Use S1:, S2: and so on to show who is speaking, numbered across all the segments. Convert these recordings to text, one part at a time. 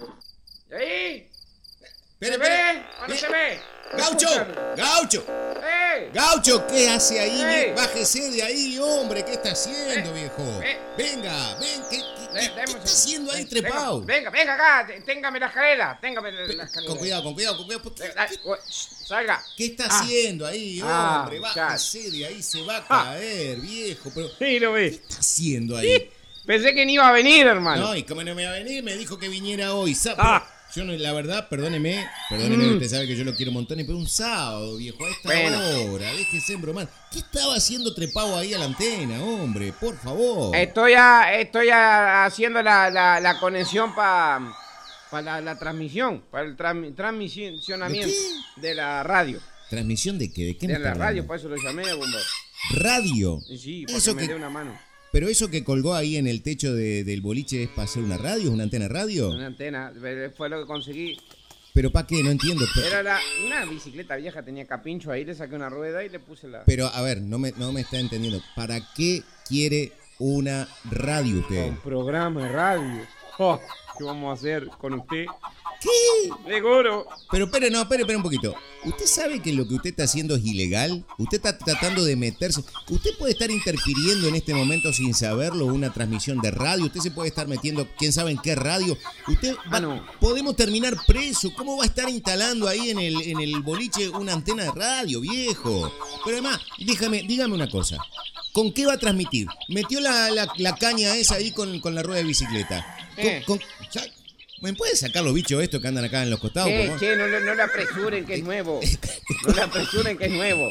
S1: ¡Ahí!
S2: Espere,
S1: ¿Se
S2: espere.
S1: ve o no se ve?
S2: ¡Gaucho!
S1: Escúchame.
S2: ¡Gaucho!
S1: ¡Ey!
S2: ¡Gaucho! ¿Qué hace ahí?
S1: Ey.
S2: vie- Bájese de ahí, hombre. ¿Qué está haciendo,
S1: Eh,
S2: viejo?
S1: eh.
S2: Venga, ven. ¿Qué, qué-
S1: Ve-
S2: qué-
S1: deme un
S2: qué
S1: segundo.
S2: está haciendo ahí,
S1: Venga,
S2: trepado?
S1: Venga, venga acá, te- téngame la escalera, téngame la la escalera.
S2: Con cuidado, con cuidado, con cuidado. ¿Por
S1: Venga,
S2: qué-
S1: dale,
S2: qué-
S1: ué, shh, salga.
S2: ¿Qué está
S1: Ah.
S2: haciendo ahí,
S1: Ah,
S2: hombre? Bájese de ahí, se va a
S1: Ah.
S2: caer, viejo. Pero, ¿qué
S1: Sí, lo vi.
S2: está haciendo ahí?
S1: Pensé que ni iba a venir, hermano.
S2: No, y como no me va a venir, me dijo que viniera hoy. sa-
S1: Ah. Mm.
S2: pero Yo, no, la verdad, perdóneme, perdóneme, usted sabe que yo lo quiero montones, pero un sábado, viejo, a esta
S1: Bueno.
S2: hora, déjese bromar. ¿Qué estaba haciendo trepado ahí a la antena, hombre? Por favor.
S1: Estoy, a- estoy a- haciendo la, la- la conexión para la, la transmisión, para el transmi- transmisionamiento
S2: ¿De
S1: ¿De, la radio.
S2: ¿Transmisión de qué? ¿De qué me
S1: De la
S2: está
S1: radio, pues.
S2: hablando?
S1: por eso lo llamé, bombo.
S2: Radio.
S1: Y Sí, para que
S2: eso
S1: me
S2: que-
S1: dé una mano,
S2: Pero eso que colgó ahí en el techo de- del boliche es para hacer una radio, es una antena radio.
S1: una antena. eh, Fue lo que conseguí.
S2: Pero ¿para qué? No entiendo. pe-
S1: Era la, una bicicleta vieja, tenía capincho ahí, le saqué una rueda y le puse la...
S2: Pero a ver, no me, no me está entendiendo. ¿Para qué quiere una radio usted?
S1: Un programa de radio. Jo, ¿Qué vamos a hacer con usted?
S2: ¿Qué?
S1: Seguro.
S2: Pero espere, no, espere, espere un poquito. ¿Usted sabe que lo que usted está haciendo es ilegal? ¿Usted está tratando de meterse? ¿Usted puede estar interfiriendo en este momento sin saberlo una transmisión de radio? ¿Usted se puede estar metiendo quién sabe en qué radio? ¿Usted va-
S1: Ah, no.
S2: Podemos terminar preso. ¿Cómo va a estar instalando ahí en el, en el boliche una antena de radio, viejo? Pero además, déjame, dígame una cosa. ¿Con qué va a transmitir? Metió la, la- la caña esa ahí con, con la rueda de bicicleta. ¿Con-
S1: Eh.
S2: con- ya- ¿Me pueden sacar los bichos estos que andan acá en los costados? por
S1: Che,
S2: favor?
S1: che, no, lo- no le apresuren que es nuevo. No le apresuren que es nuevo.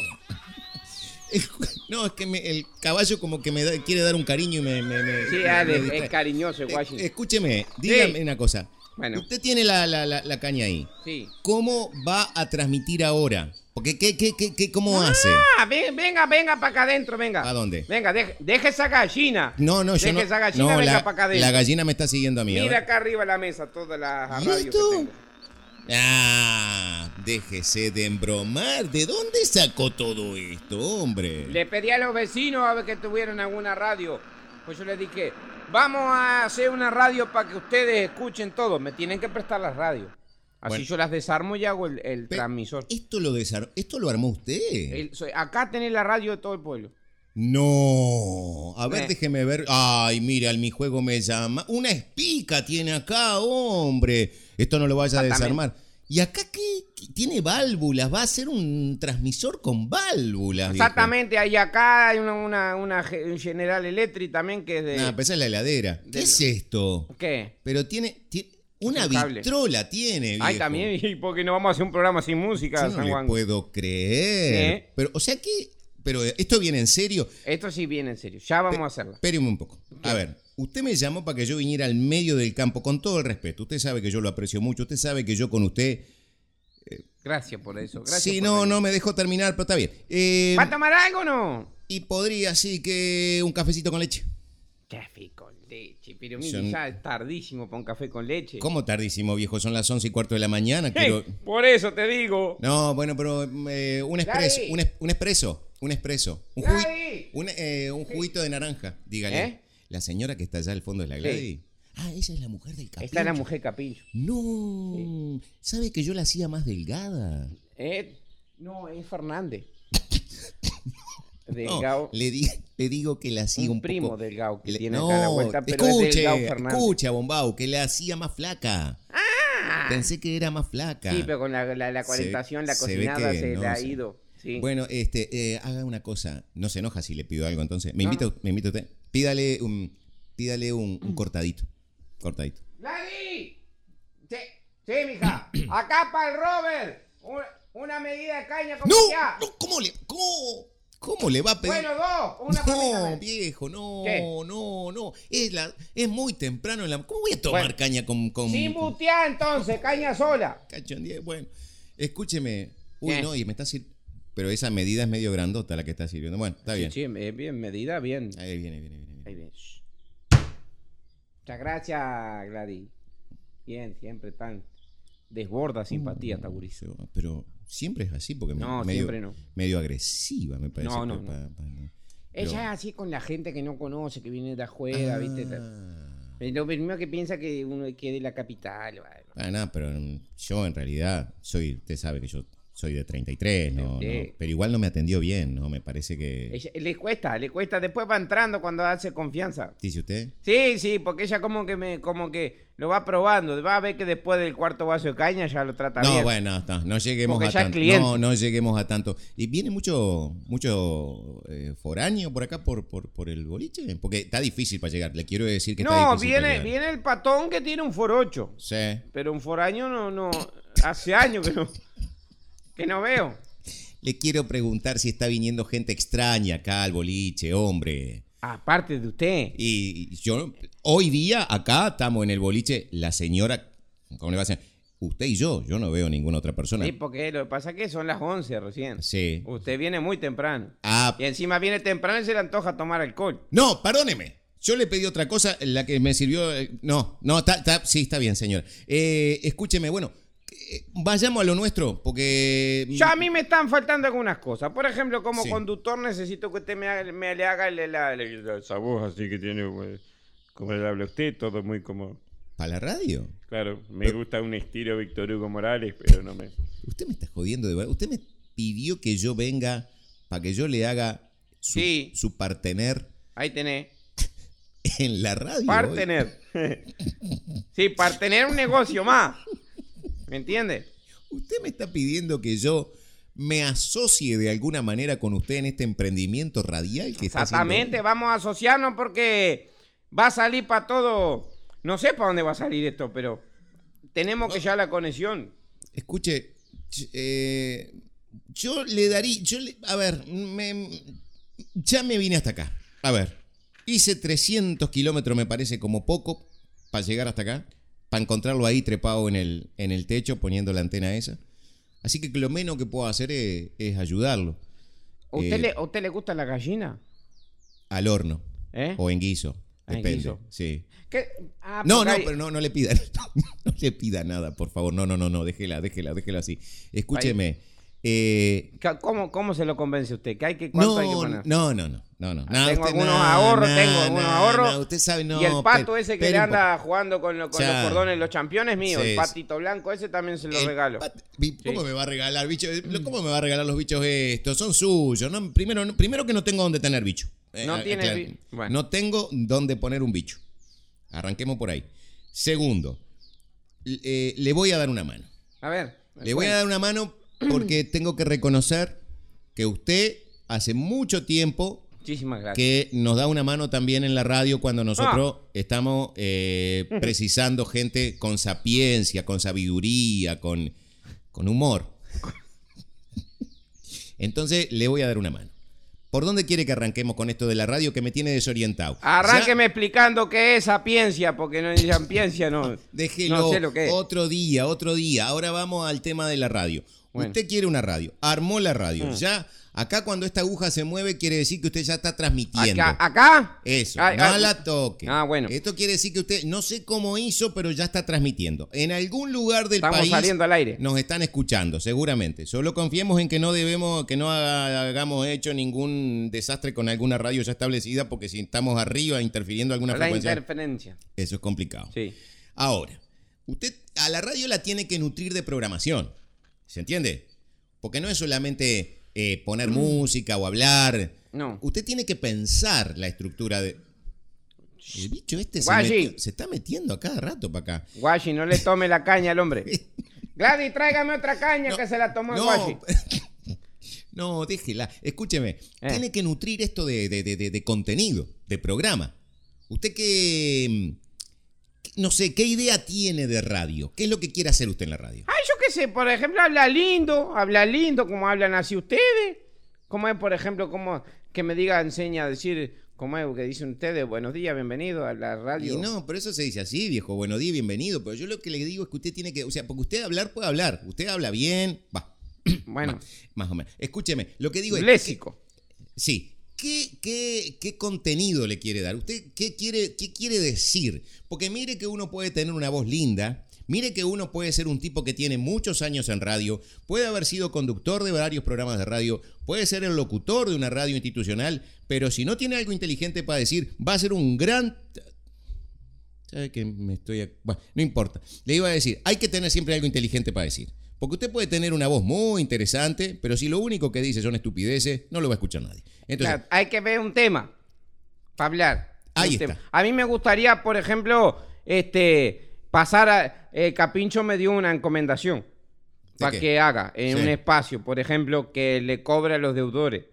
S2: El ju- No, es que me- el caballo como que me da- quiere dar un cariño y me... me, me-
S1: Sí, ah,
S2: me-
S1: dale,
S2: me
S1: es
S2: distrae.
S1: cariñoso,
S2: Eh,
S1: Guachi.
S2: Escúcheme, dígame
S1: Sí.
S2: una cosa.
S1: Bueno.
S2: Usted tiene la, la- la- la caña ahí.
S1: Sí.
S2: ¿Cómo va a transmitir ahora? Porque ¿qué, qué, qué, qué- cómo hace?
S1: Ah, ven- venga, venga para acá adentro, venga.
S2: ¿A dónde?
S1: Venga, deje, deje esa gallina.
S2: No, no, yo
S1: deje
S2: no...
S1: esa gallina,
S2: no,
S1: venga
S2: la,
S1: para acá adentro.
S2: la gallina me está siguiendo a mí. a
S1: Mira
S2: ver.
S1: acá arriba la mesa, todas las
S2: ¿Y
S1: radios que
S2: esto?
S1: tengo.
S2: Ah, déjese de embromar. ¿De dónde sacó todo esto, hombre?
S1: Le pedí a los vecinos a ver que tuvieran alguna radio. Pues yo les dije, vamos a hacer una radio para que ustedes escuchen todo. Me tienen que prestar las radios. Así
S2: Bueno.
S1: yo las desarmo y hago el, el
S2: Pe-
S1: transmisor.
S2: Esto lo desar- esto lo armó usted.
S1: El- soy- acá tenés la radio de todo el pueblo.
S2: Ah, No, a ver,
S1: Eh.
S2: déjeme ver. Ay, mira, el mi juego me llama. Una espica tiene acá, hombre. Esto no lo vaya a
S1: Exactamente.
S2: desarmar. ¿Y acá qué? ¿Qué- Tiene válvulas. Va a ser un transmisor con válvulas. viejo.
S1: Exactamente, ahí acá hay una, una, una Ge- General Electric también que es de...
S2: Nah, pesa la heladera. ¿Qué
S1: de-
S2: es esto?
S1: ¿Qué?
S2: Pero tiene. tiene- una
S1: un cable.
S2: vitrola tiene, viejo.
S1: Ay, también, y porque no vamos a hacer un programa sin música,
S2: Yo no
S1: San
S2: le
S1: Juan.
S2: puedo creer.
S1: Eh.
S2: Pero, o sea que. Pero, ¿esto viene en serio?
S1: Esto sí viene en serio, ya vamos a hacerla.
S2: Espéreme un poco. A ver, usted me llamó para que yo viniera al medio del campo, con todo el respeto. Usted sabe que yo lo aprecio mucho, usted sabe que yo con usted...
S1: Gracias por eso, gracias
S2: sí,
S1: por
S2: no,
S1: venir.
S2: no me dejó terminar, pero está bien. Eh,
S1: ¿Va a tomar algo o no?
S2: y podría, sí, que un cafecito con leche.
S1: Café con leche, pero mire,
S2: Son-
S1: ya es tardísimo para un café con leche.
S2: ¿Cómo tardísimo, viejo? Son las once y cuarto de la mañana,
S1: Hey,
S2: quiero...
S1: por eso te digo.
S2: No, bueno, pero eh, un expreso,
S1: Gaby.
S2: un, es- un expreso, un expreso, un, jugu-
S1: Gaby.
S2: un, eh, un juguito de naranja, dígale.
S1: ¿Eh?
S2: La señora que está allá al fondo de la Gladys. Ah, ella es la mujer del café.
S1: Está la mujer capillo.
S2: No, ¿sabe que yo la hacía más delgada?
S1: Eh, no, es Fernández.
S2: No,
S1: Delgado.
S2: le, di- le digo que la hacía
S1: Un
S2: un,
S1: primo
S2: poco-
S1: delgado que
S2: le-
S1: tiene acá a la vuelta, pero es
S2: escuche,
S1: delgado Fernández.
S2: escucha, Bombao, que la hacía más flaca. Pensé que era más flaca.
S1: Ah. Sí, pero con la, la, la
S2: Se-
S1: cuarentación, la
S2: se ve
S1: cocinada
S2: que
S1: se
S2: no,
S1: le ha
S2: se-
S1: ido. Sí.
S2: Bueno, este, eh, haga una cosa. No se enoja si le pido algo, entonces. Me
S1: No,
S2: invita, me invita usted. Pídale un, pídale un,
S1: Mm.
S2: un cortadito. Cortadito.
S1: ¡Lali! Sí, sí, mija. Acá para el Robert. Una, una medida de caña como
S2: No,
S1: ya.
S2: no, ¿cómo le, cómo, cómo le va a pedir?
S1: Bueno, dos. Una para mí
S2: No,
S1: también.
S2: viejo, no,
S1: ¿Qué?
S2: no, no. Es, la, es muy temprano en la. ¿Cómo voy a tomar
S1: Bueno.
S2: caña con. con
S1: Sin
S2: con
S1: butear entonces, caña sola.
S2: cachondeo? Bueno, escúcheme. Uy,
S1: ¿Qué?
S2: no, y me está sirviendo. Pero esa medida es medio grandota la que está sirviendo. Bueno, está bien.
S1: Sí, sí, bien, medida, bien.
S2: Ahí viene, viene, viene. viene.
S1: Ahí ven. Shh. Muchas gracias, Gladys. Bien, siempre tan desborda simpatía, Tagurizo.
S2: Se va, Pero siempre es así porque me-
S1: No,
S2: Mm. medio,
S1: siempre no.
S2: medio agresiva me parece.
S1: No,
S2: que
S1: no,
S2: pa- pa-
S1: Ella
S2: Pero-
S1: es así con la gente que no conoce, que viene de afuera, ¿viste?
S2: Ah.
S1: Es Lo primero que piensa que uno que de la capital. vale.
S2: Para nada, pero mm, yo en realidad soy, usted sabe que yo soy de 33, no, no,
S1: Sí.
S2: pero igual no me atendió bien, ¿no? Me parece que...
S1: Ella- le cuesta, le cuesta. Después va entrando cuando hace confianza.
S2: ¿Dice usted?
S1: Sí, sí, porque ella como que me, como que lo va probando. Va a ver que después del cuarto vaso de caña ya lo trata
S2: No,
S1: bien.
S2: bueno, no, no lleguemos
S1: Porque
S2: a
S1: ya es
S2: tanto.
S1: cliente.
S2: No, no lleguemos a tanto. ¿Y viene mucho mucho eh, foráneo por acá, por, por, por el boliche? Porque está difícil para llegar. Le quiero decir que está
S1: no,
S2: difícil para
S1: viene,
S2: llegar.
S1: viene el patón que tiene un forocho.
S2: Sí.
S1: Pero un foraño no, no. Hace años que no, que no veo.
S2: Le quiero preguntar si está viniendo gente extraña acá al boliche, hombre.
S1: Aparte de usted.
S2: Y y yo, hoy día acá estamos en el boliche, la señora, ¿cómo le va a decir? Usted y yo, yo no veo ninguna otra persona.
S1: Sí, porque lo que pasa es que son las 11 recién.
S2: Sí.
S1: Usted viene muy temprano.
S2: Ah,
S1: Y encima viene temprano y se le antoja tomar alcohol.
S2: No, perdóneme. Yo le pedí otra cosa, la que me sirvió. eh, No, no, está, está- sí, está bien, señora. Eh, escúcheme, bueno, eh, vayamos a lo nuestro, porque. mm,
S1: Ya a mí me están faltando algunas cosas. Por ejemplo, como
S2: Sí.
S1: conductor necesito que usted me, haga- me le haga el- la, la-
S3: esa voz así que tiene, eh, como le habla usted, todo muy como...
S2: ¿Para la radio?
S3: Claro, me gusta un estilo Víctor Hugo Morales, pero no me...
S2: Usted me está jodiendo de verdad. Usted me pidió que yo venga para que yo le haga su,
S1: Sí.
S2: su partener
S1: Ahí tenés.
S2: en la radio.
S1: Partener. sí, partener un negocio más. ¿Me entiende?
S2: Usted me está pidiendo que yo me asocie de alguna manera con usted en este emprendimiento radial que está haciendo.
S1: Exactamente, vamos a asociarnos porque va a salir para todo. No sé para dónde va a salir esto, pero tenemos que ya la conexión.
S2: Escuche, ch- eh, yo le daría, yo le- a ver, me- ya me vine hasta acá. A ver, hice 300 kilómetros, me parece como poco, para llegar hasta acá, para encontrarlo ahí trepado en el, en el techo, poniendo la antena esa. Así que lo menos que puedo hacer es, es ayudarlo
S1: ¿A usted,
S2: Eh.
S1: le, a usted le gusta la gallina?
S2: al horno
S1: ¿Eh?
S2: o en guiso,
S1: Ah, en
S2: depende.
S1: guiso.
S2: Sí.
S1: ¿Qué? Ah,
S2: Oh. No,
S1: porque
S2: no,
S1: hay-
S2: pero no, no le pida, no, no le pida nada, por favor. No, no, no, no, déjela, déjela, déjela así. Escúcheme. Eh,
S1: Ca- ¿Cómo, cómo se lo convence usted? ¿Qué hay que, cuánto
S2: no,
S1: hay que poner? Ah,
S2: no, no, no, no, no. No,
S1: tengo
S2: usted
S1: algunos
S2: no,
S1: ahorros,
S2: no,
S1: tengo algunos
S2: no,
S1: ahorros.
S2: no, usted sabe, no.
S1: y el pato
S2: pero-
S1: ese que
S2: pero
S1: le
S2: un
S1: anda jugando con, lo- con
S2: Ya.
S1: los cordones, los championes míos,
S2: Sí,
S1: el
S2: sí.
S1: patito blanco ese también se lo
S2: El
S1: regalo.
S2: pat- vi- ¿Cómo me va a regalar bichos? ¿Cómo me va a regalar los bichos estos? Son suyos. No, primero, no- primero que no tengo donde tener bicho. Eh,
S1: No
S2: a-
S1: tiene
S2: aclar-
S1: bi- bueno.
S2: No tengo donde poner un bicho. Arranquemos por ahí. Segundo, l- eh, le voy a dar una mano.
S1: A ver.
S2: Le voy a dar una mano porque tengo que reconocer que usted hace mucho tiempo
S1: Muchísimas gracias.
S2: que nos da una mano también en la radio cuando nosotros
S1: Ah.
S2: estamos eh, precisando gente con sapiencia, con sabiduría, con, con humor. Entonces le voy a dar una mano. ¿Por dónde quiere que arranquemos con esto de la radio que me tiene desorientado?
S1: Arránqueme explicando qué es sapiencia, porque no es sapiencia, no.
S2: Ya, Ah, déjelo
S1: No sé lo que es.
S2: otro día, otro día. Ahora vamos al tema de la radio.
S1: Bueno. Mm.
S2: Usted quiere una radio, armó la radio. Ya, acá cuando esta aguja se mueve quiere decir que usted ya está transmitiendo.
S1: ¿Acá? acá?
S2: Eso,
S1: Ah,
S2: no
S1: ah,
S2: la toque.
S1: Ah, bueno.
S2: Esto quiere decir que usted, no sé cómo hizo, pero ya está transmitiendo. En algún lugar del
S1: Estamos
S2: país
S1: saliendo al aire.
S2: nos están escuchando, seguramente. Solo confiemos en que no debemos, que no haga- hagamos hecho ningún desastre con alguna radio ya establecida, porque si estamos arriba interfiriendo alguna
S1: La
S2: frecuencia,
S1: interferencia.
S2: eso es complicado.
S1: Sí.
S2: Ahora, usted a la radio la tiene que nutrir de programación. ¿Se entiende? Porque no es solamente eh, poner
S1: Mm.
S2: música o hablar.
S1: No.
S2: Usted tiene que pensar la estructura de. El bicho este se,
S1: Guayi.
S2: metió- se está metiendo a cada rato para acá.
S1: Guashi, no le tome la caña al hombre. Gladys, tráigame otra caña
S2: No,
S1: que se la tomó el
S2: no,
S1: Guashi.
S2: no, déjela. Escúcheme.
S1: Eh.
S2: Tiene que nutrir esto de, de- de- de- de contenido, de programa. Usted que. que- No sé, ¿qué idea tiene de radio? ¿Qué es lo que quiere hacer usted en la radio?
S1: Ay, yo qué sé, por ejemplo, habla lindo, habla lindo, como hablan así ustedes. Como es, por ejemplo, como que me diga, enseña a decir, como es que dicen ustedes, buenos días, bienvenido a la radio.
S2: Y no, pero eso se dice así, viejo. Bueno, día, bienvenido. Pero yo lo que le digo es que usted tiene que. O sea, porque usted hablar puede hablar. Usted habla bien. Va.
S1: bueno,
S2: Más, más o menos. Escúcheme, lo que digo es.
S1: léxico.
S2: Sí. ¿Qué, qué, qué contenido le quiere dar? ¿Usted qué quiere, qué quiere decir? Porque mire que uno puede tener una voz linda, mire que uno puede ser un tipo que tiene muchos años en radio, puede haber sido conductor de varios programas de radio, puede ser el locutor de una radio institucional, pero si no tiene algo inteligente para decir, va a ser un gran... ¿Sabe que me estoy... ac- Bueno, no importa. Le iba a decir, hay que tener siempre algo inteligente para decir. Porque usted puede tener una voz muy interesante, pero si lo único que dice son estupideces, no lo va a escuchar nadie. Entonces,
S1: Claro, hay que ver un tema para hablar.
S2: Ahí
S1: Un
S2: está.
S1: tema. A mí me gustaría, por ejemplo, este pasar a. eh, Capincho me dio una encomendación para
S2: qué?
S1: que haga en
S2: Sí.
S1: un espacio, por ejemplo, que le cobre a los deudores,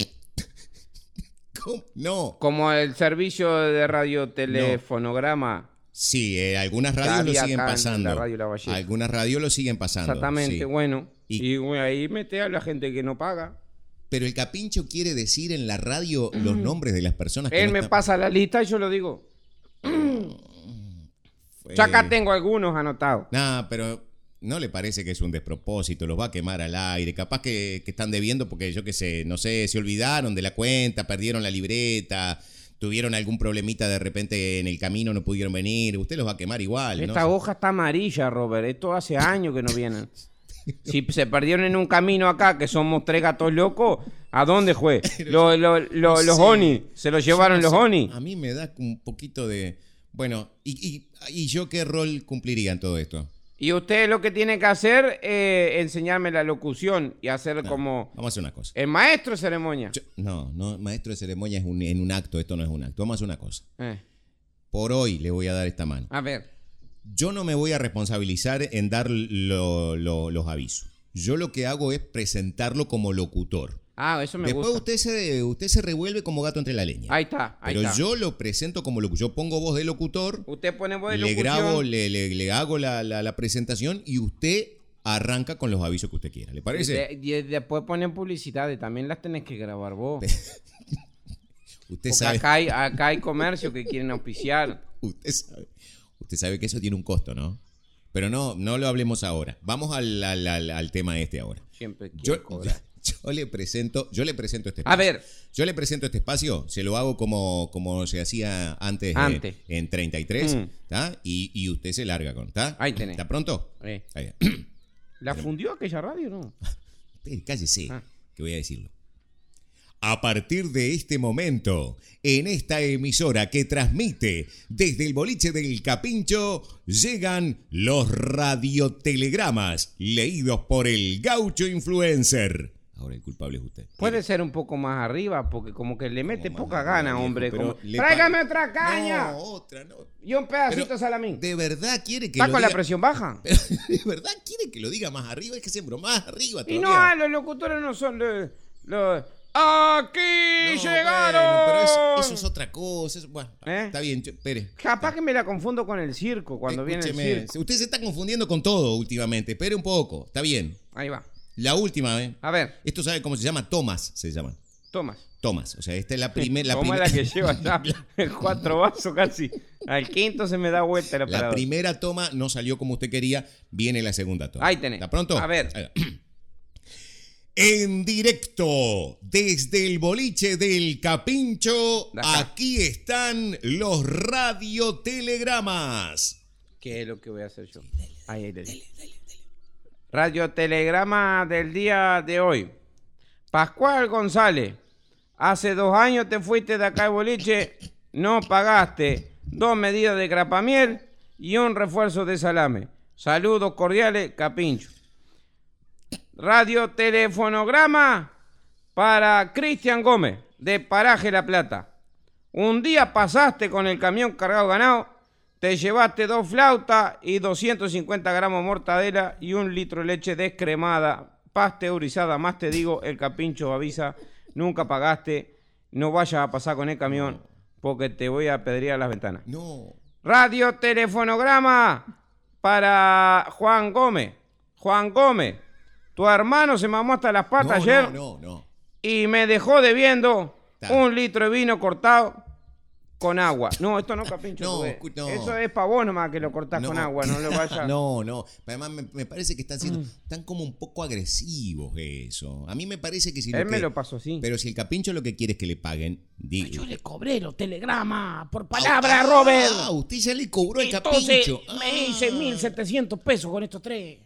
S2: ¿cómo? No.
S1: como el servicio de radiotelefonograma.
S2: Sí, eh, algunas
S1: Ya
S2: radios lo
S1: había
S2: siguen
S1: acá en la
S2: pasando.
S1: radio La Valleja.
S2: algunas radios lo siguen pasando.
S1: Exactamente,
S2: sí.
S1: bueno.
S2: Y-
S1: Y, bueno, ahí mete a la gente que no paga.
S2: Pero el capincho quiere decir en la radio los nombres de las personas Ah, que
S1: Él
S2: no
S1: me
S2: están-
S1: pasa la lista y yo lo digo.
S2: Eh,
S1: Yo acá tengo algunos anotados.
S2: Nah, pero no le parece que es un despropósito, los va a quemar al aire. Capaz que, que están debiendo porque yo qué sé, no sé, se olvidaron de la cuenta, perdieron la libreta, tuvieron algún problemita de repente en el camino, no pudieron venir. Usted los va a quemar igual, ¿no?
S1: Esta hoja está amarilla, Robert. Esto hace años que no vienen. Si se perdieron en un camino acá, que somos tres gatos locos, ¿a dónde fue? Lo- lo- lo-
S2: no
S1: los
S2: sé.
S1: Oni, se los llevaron
S2: Yo no
S1: los
S2: sé,
S1: Oni.
S2: A mí me da un poquito de. Bueno, ¿y, y, y yo qué rol cumpliría en todo esto?
S1: Y usted lo que tiene que hacer es enseñarme la locución y hacer como
S2: Vamos a hacer una cosa.
S1: el maestro de ceremonia.
S2: Yo- no, no, maestro de ceremonia es un- en un acto, esto no es un acto. Vamos a hacer una cosa.
S1: Eh,
S2: Por hoy le voy a dar esta mano.
S1: a ver,
S2: Yo no me voy a responsabilizar en dar lo- lo- los avisos. Yo lo que hago es presentarlo como locutor.
S1: ah, eso me
S2: Después
S1: gusta.
S2: usted se, usted se revuelve como gato entre la leña.
S1: Ahí está, ahí
S2: pero
S1: está.
S2: yo lo presento como locutor. Yo pongo voz de locutor,
S1: Usted pone voz de
S2: le
S1: locución.
S2: grabo, le, le- le hago la, la- la presentación y usted arranca con los avisos que usted quiera. ¿Le
S1: y,
S2: parece?
S1: de- y después ponen publicidades, también las tenés que grabar vos.
S2: Usted
S1: Porque
S2: Este sabe,
S1: acá hay, acá hay comercio que quieren auspiciar.
S2: usted sabe. Usted sabe que eso tiene un costo, ¿no? Pero no, no lo hablemos ahora. Vamos al, al- al- al tema este ahora.
S1: Siempre
S2: Yo,
S1: quieren cobrar.
S2: yo le presento, yo le presento este
S1: A
S2: espacio.
S1: ver,
S2: Yo le presento este espacio, se lo hago como, como se hacía antes, eh,
S1: Antes.
S2: en 33,
S1: Mm.
S2: ¿tá? Y, y usted se larga con, ¿está?
S1: Ahí tenés.
S2: ¿Está pronto?
S1: eh,
S2: Ahí va.
S1: ¿la fundió aquella radio no?
S2: Usted Eh, cállese,
S1: Ah.
S2: que voy a decirlo. A partir de este momento, en esta emisora que transmite desde el boliche del Capincho, llegan los radiotelegramas leídos por el gaucho influencer. Ahora el culpable es usted.
S1: Puede ser un poco más arriba, porque como que le mete
S2: Como
S1: poca
S2: más
S1: gana,
S2: viejo,
S1: hombre.
S2: pero
S1: como,
S2: le
S1: ¡Tráigame
S2: pare-
S1: otra caña!
S2: No, otra, no.
S1: Y un pedacito
S2: Pero-
S1: de salamín.
S2: ¿De verdad quiere que
S1: Está
S2: lo
S1: con la
S2: diga-
S1: presión baja.
S2: Pero, ¿De verdad quiere que lo diga más arriba? Es que siempre más arriba
S1: Y
S2: todavía.
S1: no, ah, los locutores no son los... los- ¡Aquí
S2: No,
S1: llegaron!
S2: bueno, pero eso, eso es otra cosa. eso- bueno,
S1: ¿Eh?
S2: está bien, yo- espere.
S1: Capaz que me la confundo con el circo, cuando viene
S2: Escúcheme,
S1: el circo.
S2: usted se está confundiendo con todo últimamente. Espere un poco, está bien.
S1: Ahí va.
S2: La última, ¿eh?
S1: A ver,
S2: Esto sabe cómo se llama, Tomas se llaman.
S1: Tomás.
S2: Tomas, o sea, esta es la primera la,
S1: Como
S2: primer-
S1: la que lleva ya cuatro vasos casi. Al quinto se me da vuelta el
S2: la
S1: operador.
S2: primera toma no salió como usted quería, viene la segunda toma.
S1: Ahí tenés.
S2: ¿Está pronto?
S1: A ver.
S2: Ahí va. En directo, desde el boliche del Capincho,
S1: De acá.
S2: aquí están los radiotelegramas.
S1: ¿Qué es lo que voy a hacer yo? Ahí, ahí, dale. Radio Telegrama del día de hoy. Pascual González, hace dos años te fuiste de acá de boliche, no pagaste dos medidas de grapamiel y un refuerzo de salame. Saludos cordiales, Capincho. Radio Telefonograma para Cristian Gómez, de Paraje La Plata. Un día pasaste con el camión cargado ganado, te llevaste dos flautas y 250 gramos de mortadela y un litro de leche descremada, pasteurizada. Más te digo, el capincho avisa, nunca pagaste, no vayas a pasar con el camión porque te voy a pedrear las ventanas.
S2: No.
S1: Radio Telefonograma para Juan Gómez. Juan Gómez, tu hermano se mamó hasta las patas
S2: No,
S1: ayer
S2: no, no, no.
S1: y me dejó debiendo
S2: Ta.
S1: un litro de vino cortado con agua. No, esto no, capincho.
S2: No,
S1: porque
S2: escu- no.
S1: Eso es para vos nomás que lo cortás con agua, no lo Mm. vayas.
S2: No, no. Además, me, me parece que están siendo están como un poco agresivos eso. A mí me parece que si
S1: Él me
S2: que-
S1: lo pasó así.
S2: Pero si el capincho lo que quiere es que le paguen, di-
S4: Yo le cobré los telegramas por palabra, Robert.
S2: Ah, usted ya le cobró al
S4: Entonces
S2: capincho. Ah,
S4: me hice 1.700 pesos con estos tres.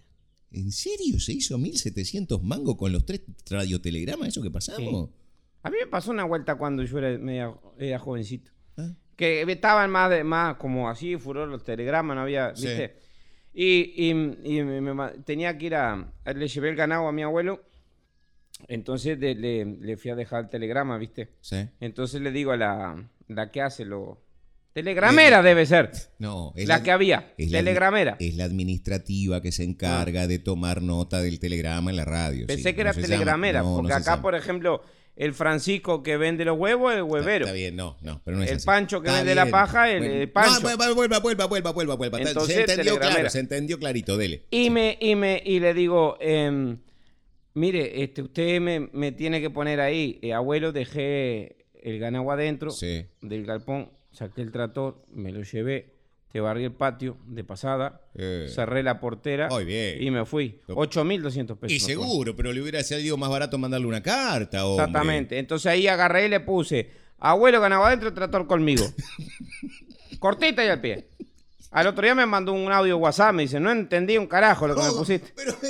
S2: ¿En serio se hizo 1700 mangos con los tres radiotelegramas? ¿Eso que pasamos?
S1: A mí me pasó una vuelta cuando yo era, media- era jovencito.
S2: Ah.
S1: que estaban más, de, más como así, furor los telegramas, no había,
S2: Sí.
S1: ¿viste? Y, y- y me- me ma- tenía que ir a, a- le llevé el ganado a mi abuelo, entonces de- le, le fui a dejar el telegrama, ¿viste?
S2: Sí.
S1: Entonces le digo a la, la que hace lo... Telegramera debe ser,
S2: No, es
S1: la que había,
S2: es la-
S1: telegramera. Ah.
S2: Es la administrativa que se encarga de tomar nota del telegrama en la radio.
S1: Pensé
S2: sí,
S1: que
S2: no
S1: era
S2: se llama-
S1: telegramera,
S2: no, no
S1: porque
S2: se
S1: acá,
S2: llama.
S1: por ejemplo, el Francisco que vende los huevos es el
S2: Está-
S1: huevero.
S2: Está bien, no, no, pero no es
S1: El
S2: así.
S1: Pancho que
S2: Está
S1: vende la
S2: bien.
S1: paja, el- el Pancho.
S2: No, vuelva, vuelva, vuelva, vuelva, vuelva, vuelva. Está-
S1: Entonces,
S2: se entendió
S1: telegramera.
S2: claro, se entendió clarito, dele.
S1: Y me, y me, y le digo, em, mire, este, usted me, me tiene que poner ahí, eh, abuelo, dejé el ganado adentro
S2: Sí.
S1: del galpón, saqué el tractor, me lo llevé, te barrí el patio de pasada,
S2: Eh.
S1: cerré la portera
S2: Muy bien.
S1: y me fui. 8.200 pesos.
S2: Y
S1: me fueron.
S2: seguro, pero le hubiera salido más barato mandarle una carta, hombre.
S1: Exactamente. Entonces ahí agarré y le puse, abuelo ganaba adentro, trator conmigo. Cortita y al pie. Al otro día me mandó un audio WhatsApp, me dice, no entendí un carajo lo que me
S2: No,
S1: pusiste.
S2: Pero.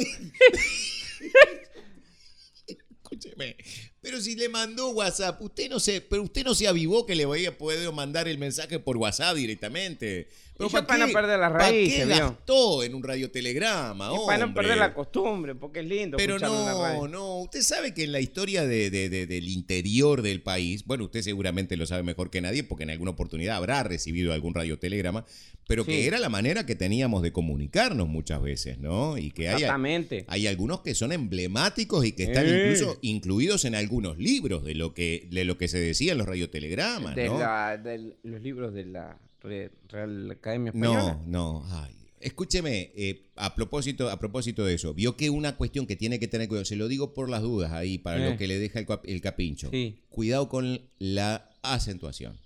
S2: Escúcheme. Pero si le mandó WhatsApp, usted no se, pero usted no se avivó que le había podido mandar el mensaje por WhatsApp directamente. Pero
S1: Y yo para no perder las
S2: ¿para qué
S1: raíces, vio?
S2: gastó en un radiotelegrama,
S1: Y para no
S2: Ah, hombre?
S1: perder la costumbre, porque es lindo.
S2: Pero
S1: escucharlo en la
S2: no,
S1: radio.
S2: no, usted sabe que en la historia de, de- de- del interior del país, bueno, usted seguramente lo sabe mejor que nadie porque en alguna oportunidad habrá recibido algún radiotelegrama, pero
S1: Sí.
S2: que era la manera que teníamos de comunicarnos muchas veces, ¿no? Y que hay,
S1: Exactamente.
S2: hay algunos que son emblemáticos y que están
S3: Eh.
S2: incluso incluidos en algunos libros de lo que, de lo que se decía en los radiotelegramas,
S1: De,
S2: ¿no?
S1: la- de los libros de la Re- Real Academia Española.
S2: No, no. Ay. Escúcheme, eh, a, propósito, a propósito de eso, vio que una cuestión que tiene que tener cuidado, se lo digo por las dudas ahí, para
S1: Eh.
S2: lo que le deja el, cuap- el capincho.
S1: Sí.
S2: Cuidado con la acentuación.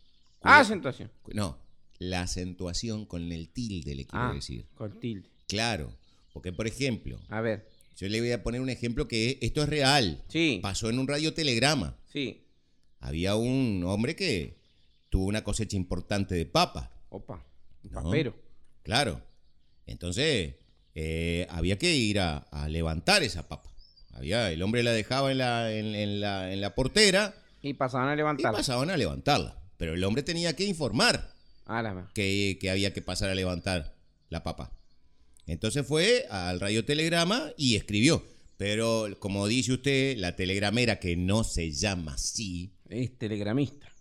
S1: Ah, acentuación.
S2: Cu- No, la acentuación con el tilde, le quiero
S1: Ah,
S2: decir.
S1: con tilde.
S2: Claro, porque por ejemplo,
S1: A ver.
S2: yo le voy a poner un ejemplo que esto es real.
S1: Sí,
S2: Pasó en un radiotelegrama.
S1: sí.
S2: Había un hombre que tuvo una cosecha importante de papas.
S1: Opa. un
S2: No.
S1: Papero.
S2: Claro. Entonces, eh, había que ir a, a levantar esa papa. Había, el hombre la dejaba en la, en, en la, en la portera
S1: Y pasaban a
S2: y
S1: levantar.
S2: pasaban a levantarla. Pero el hombre tenía que informar
S1: Ah, la ma-
S2: que, que había que pasar a levantar la papa. Entonces fue al radiotelegrama y escribió. Pero como dice usted, la telegramera que no se llama así,
S1: Es telegramista.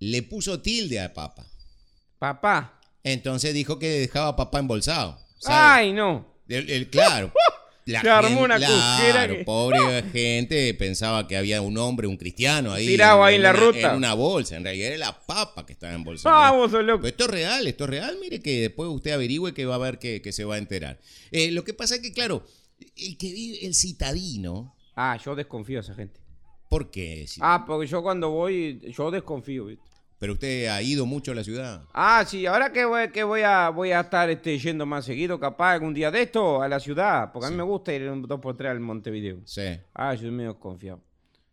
S2: le puso tilde a papa.
S1: Papá.
S2: Entonces dijo que dejaba a papá embolsado. ¿sabe?
S1: Ay, no.
S2: El, el- claro. La
S1: Se armó una cujera
S2: claro,
S1: que-
S2: pobre gente pensaba que había un hombre, un cristiano ahí.
S1: Tirado ahí en la
S2: una-
S1: ruta.
S2: En una bolsa. En realidad era la papa que estaba en bolsa.
S1: Ah, vos sos loco.
S2: Pero esto es real, esto es real. Mire que después usted averigüe que va a ver que, que se va a enterar. Eh, lo que pasa es que, claro, el que vive, el citadino,
S1: Ah, yo desconfío de esa gente.
S2: ¿por qué? Si-
S1: Ah, porque yo cuando voy, yo desconfío. ¿viste?
S2: Pero usted ha ido mucho a la ciudad.
S1: Ah, sí, ahora que voy, que voy a voy a estar este, yendo más seguido, capaz algún día de esto a la ciudad, porque a mí me gusta ir un 2x3 al Montevideo.
S2: Sí.
S1: Ah, yo medio desconfiado.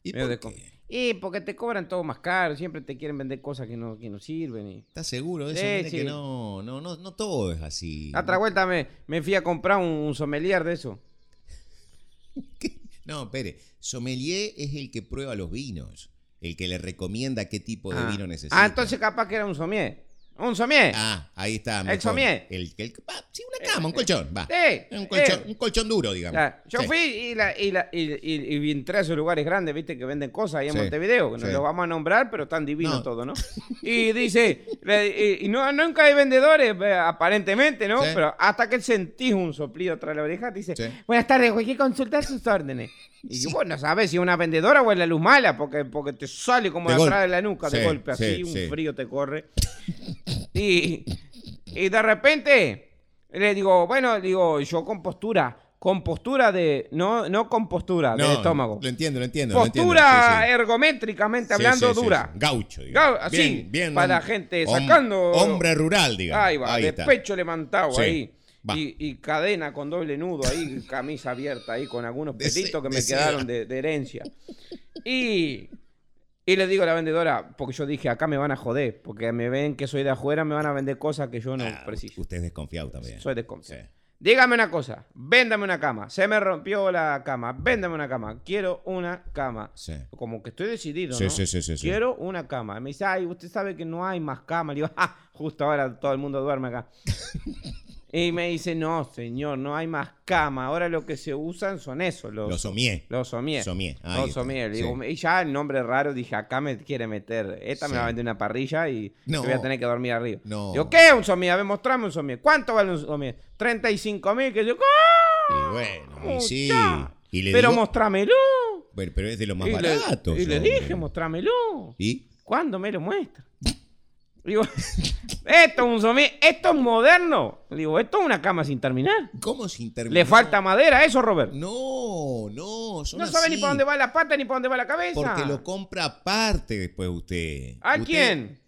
S2: ¿Y
S1: medio
S2: por
S1: desconfiado.
S2: qué?
S1: Y porque te cobran todo más caro, siempre te quieren vender cosas que no, que no sirven. Y...
S2: ¿Estás seguro de eso?
S1: Sí,
S2: Mire
S1: sí.
S2: que no, no, no, no todo es así.
S1: La otra vuelta me, me fui a comprar un, un sommelier de eso.
S2: ¿Qué? No, espere. Sommelier es el que prueba los vinos. El que le recomienda qué tipo de
S1: ah.
S2: vino necesita.
S1: Ah, entonces capaz que era un sommelier. ¡Un sommelier!
S2: Ah, ahí está.
S1: El
S2: mejor.
S1: sommelier.
S2: El, el- ah, sí, una cama, un colchón. Va.
S1: Sí,
S2: Un colchón,
S1: eh.
S2: un colchón duro,
S1: O
S2: digamos.
S1: sea, yo
S2: Sí.
S1: fui y, la, y, la- y- y- y entré a esos lugares grandes, viste, que venden cosas ahí en
S2: Sí,
S1: Montevideo, que no
S2: sí.
S1: los vamos a nombrar, pero están divinos
S2: No.
S1: todo, ¿no? Y dice, le- y, y no, nunca hay vendedores, eh, aparentemente, ¿no?
S2: Sí.
S1: Pero hasta que sentís un soplido tras la oreja, te dice,
S2: Sí.
S1: buenas tardes, cualquier consultar sus órdenes. Y vos no sabés si es una vendedora o es la luz mala, porque, porque te sale como
S2: De
S1: de atrás
S2: golpe.
S1: de la nuca de
S2: Sí,
S1: golpe, así,
S2: sí,
S1: un
S2: sí.
S1: frío te corre. Y, y de repente le digo, bueno, digo, yo con postura, con postura de, no, no con postura
S2: No,
S1: del estómago.
S2: Lo entiendo, lo entiendo. lo entiendo,
S1: postura
S2: sí, sí.
S1: ergométricamente
S2: Sí,
S1: hablando
S2: sí, sí,
S1: dura.
S2: sí. Gaucho, digamos.
S1: Gau- así, para gente
S2: hom-
S1: sacando-
S2: Hombre rural, digamos.
S1: Ahí va, de
S2: está.
S1: pecho levantado
S2: Sí,
S1: ahí.
S2: va.
S1: Y, y cadena con doble nudo ahí, camisa abierta ahí, con algunos
S2: De se-
S1: pelitos que me
S2: de seda.
S1: quedaron de, de herencia. Y, y le digo a la vendedora, porque yo dije, acá me van a joder, porque me ven que soy de afuera, me van a vender cosas que yo no
S2: Ah,
S1: preciso.
S2: Usted es desconfiado también.
S1: Soy desconfiado.
S2: Sí.
S1: Dígame una cosa, véndame una cama. Se me rompió la cama, véndame una cama. Quiero una cama.
S2: Sí.
S1: Como que estoy decidido,
S2: Sí,
S1: ¿no?
S2: sí, sí, sí, sí.
S1: Quiero una cama. Me dice, ay, usted sabe que no hay más cama. Le digo, ah, justo ahora todo el mundo duerme acá. y me dice, no, señor, no hay más cama. Ahora lo que se usan son esos, los,
S2: Lo somié.
S1: los somier.
S2: Somier, ahí
S1: Los
S2: está,
S1: somier. Digo,
S2: sí.
S1: Y ya el nombre raro, dije, acá me quiere meter. Esta
S2: Sí.
S1: me va a vender una parrilla y
S2: No.
S1: yo voy a tener que dormir arriba.
S2: No.
S1: Digo, ¿qué es un somier? A ver, mostrame un somier. ¿Cuánto vale un somier? 35 mil. Que yo, ¡ah!
S2: Y bueno, y sí.
S1: Mucha.
S2: Y le
S1: Pero
S2: digo-
S1: mostrámelo.
S2: Bueno, pero es de los más
S1: y le-
S2: baratos.
S1: y le
S2: hombre.
S1: dije, mostrámelo.
S2: ¿Y?
S1: ¿Cuándo me lo muestra? Digo, esto es un somier, esto es moderno. Digo, esto es una cama sin terminar.
S2: ¿Cómo sin terminar?
S1: Le falta madera, eso, Robert.
S2: No, no. Son
S1: No sabe ni
S2: así.
S1: para dónde va la pata ni para dónde va la cabeza.
S2: Porque lo compra aparte después usted.
S1: ¿A
S2: Usted-
S1: quién?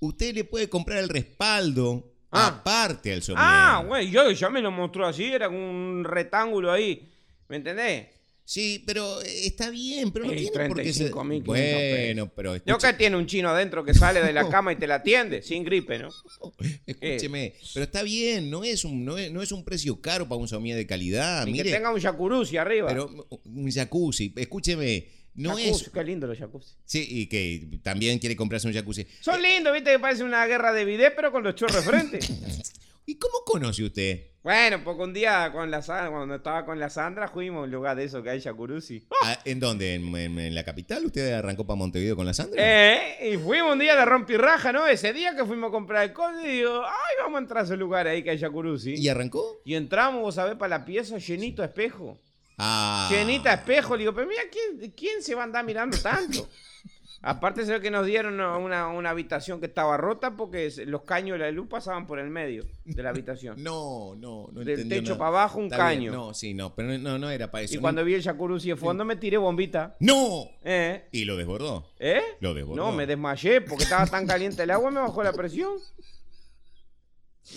S2: Usted le puede comprar el respaldo
S1: Ah.
S2: aparte al sommelier.
S1: Ah, güey, yo ya me lo mostró así, era como un rectángulo ahí. ¿Me entendés?
S2: Sí, pero eh, está bien, pero no
S1: Ey,
S2: tiene por qué ser...
S1: 35.500
S2: Bueno, pero
S1: Yo
S2: escuche-
S1: que tiene un chino adentro que sale de la cama y te la atiende, sin gripe, ¿no?
S2: escúcheme,
S1: eh.
S2: pero está bien, no es un no es, no es un precio caro para un sommelier de calidad,
S1: Ni que
S2: Ah, mire,
S1: tenga un jacuzzi arriba.
S2: pero un jacuzzi, escúcheme, no
S1: Jacuzzi,
S2: es Eh.
S1: Qué lindo los jacuzzi.
S2: Sí, y que también quiere comprarse un jacuzzi.
S1: Son lindos, viste que parece una guerra de bidet, pero con los chorros de frente.
S2: ¿Y cómo conoce usted?
S1: bueno, porque un día con la Sa- cuando estaba con la Sandra, fuimos a un lugar de eso que hay jacuzzi.
S2: Ah, ¿En dónde? ¿En, en- en la capital? ¿Usted arrancó para Montevideo con la Sandra?
S1: Eh, y fuimos un día de rompirraja, ¿no? Ese día que fuimos a comprar el y digo, ay, vamos a entrar a ese lugar ahí que hay jacuzzi.
S2: ¿Y arrancó?
S1: Y entramos, vos sabés, para la pieza llenito a espejo.
S2: Ah.
S1: Llenita a espejo. Le digo, pero mira, ¿quién, quién se va a andar mirando tanto? Aparte se ve que nos dieron una, una habitación que estaba rota porque se- los caños de la luz pasaban por el medio de la habitación.
S2: No, no, no
S1: Del
S2: entendió
S1: techo
S2: nada.
S1: para abajo un
S2: Está bien,
S1: caño.
S2: No, sí, no, pero no- no, no era para eso.
S1: y
S2: no-
S1: cuando vi el jacuzzi de fondo me tiré bombita.
S2: ¡No!
S1: ¿Eh?
S2: Y lo desbordó.
S1: ¿Eh?
S2: Lo desbordó.
S1: No, me desmayé porque estaba tan caliente el agua y me bajó la presión.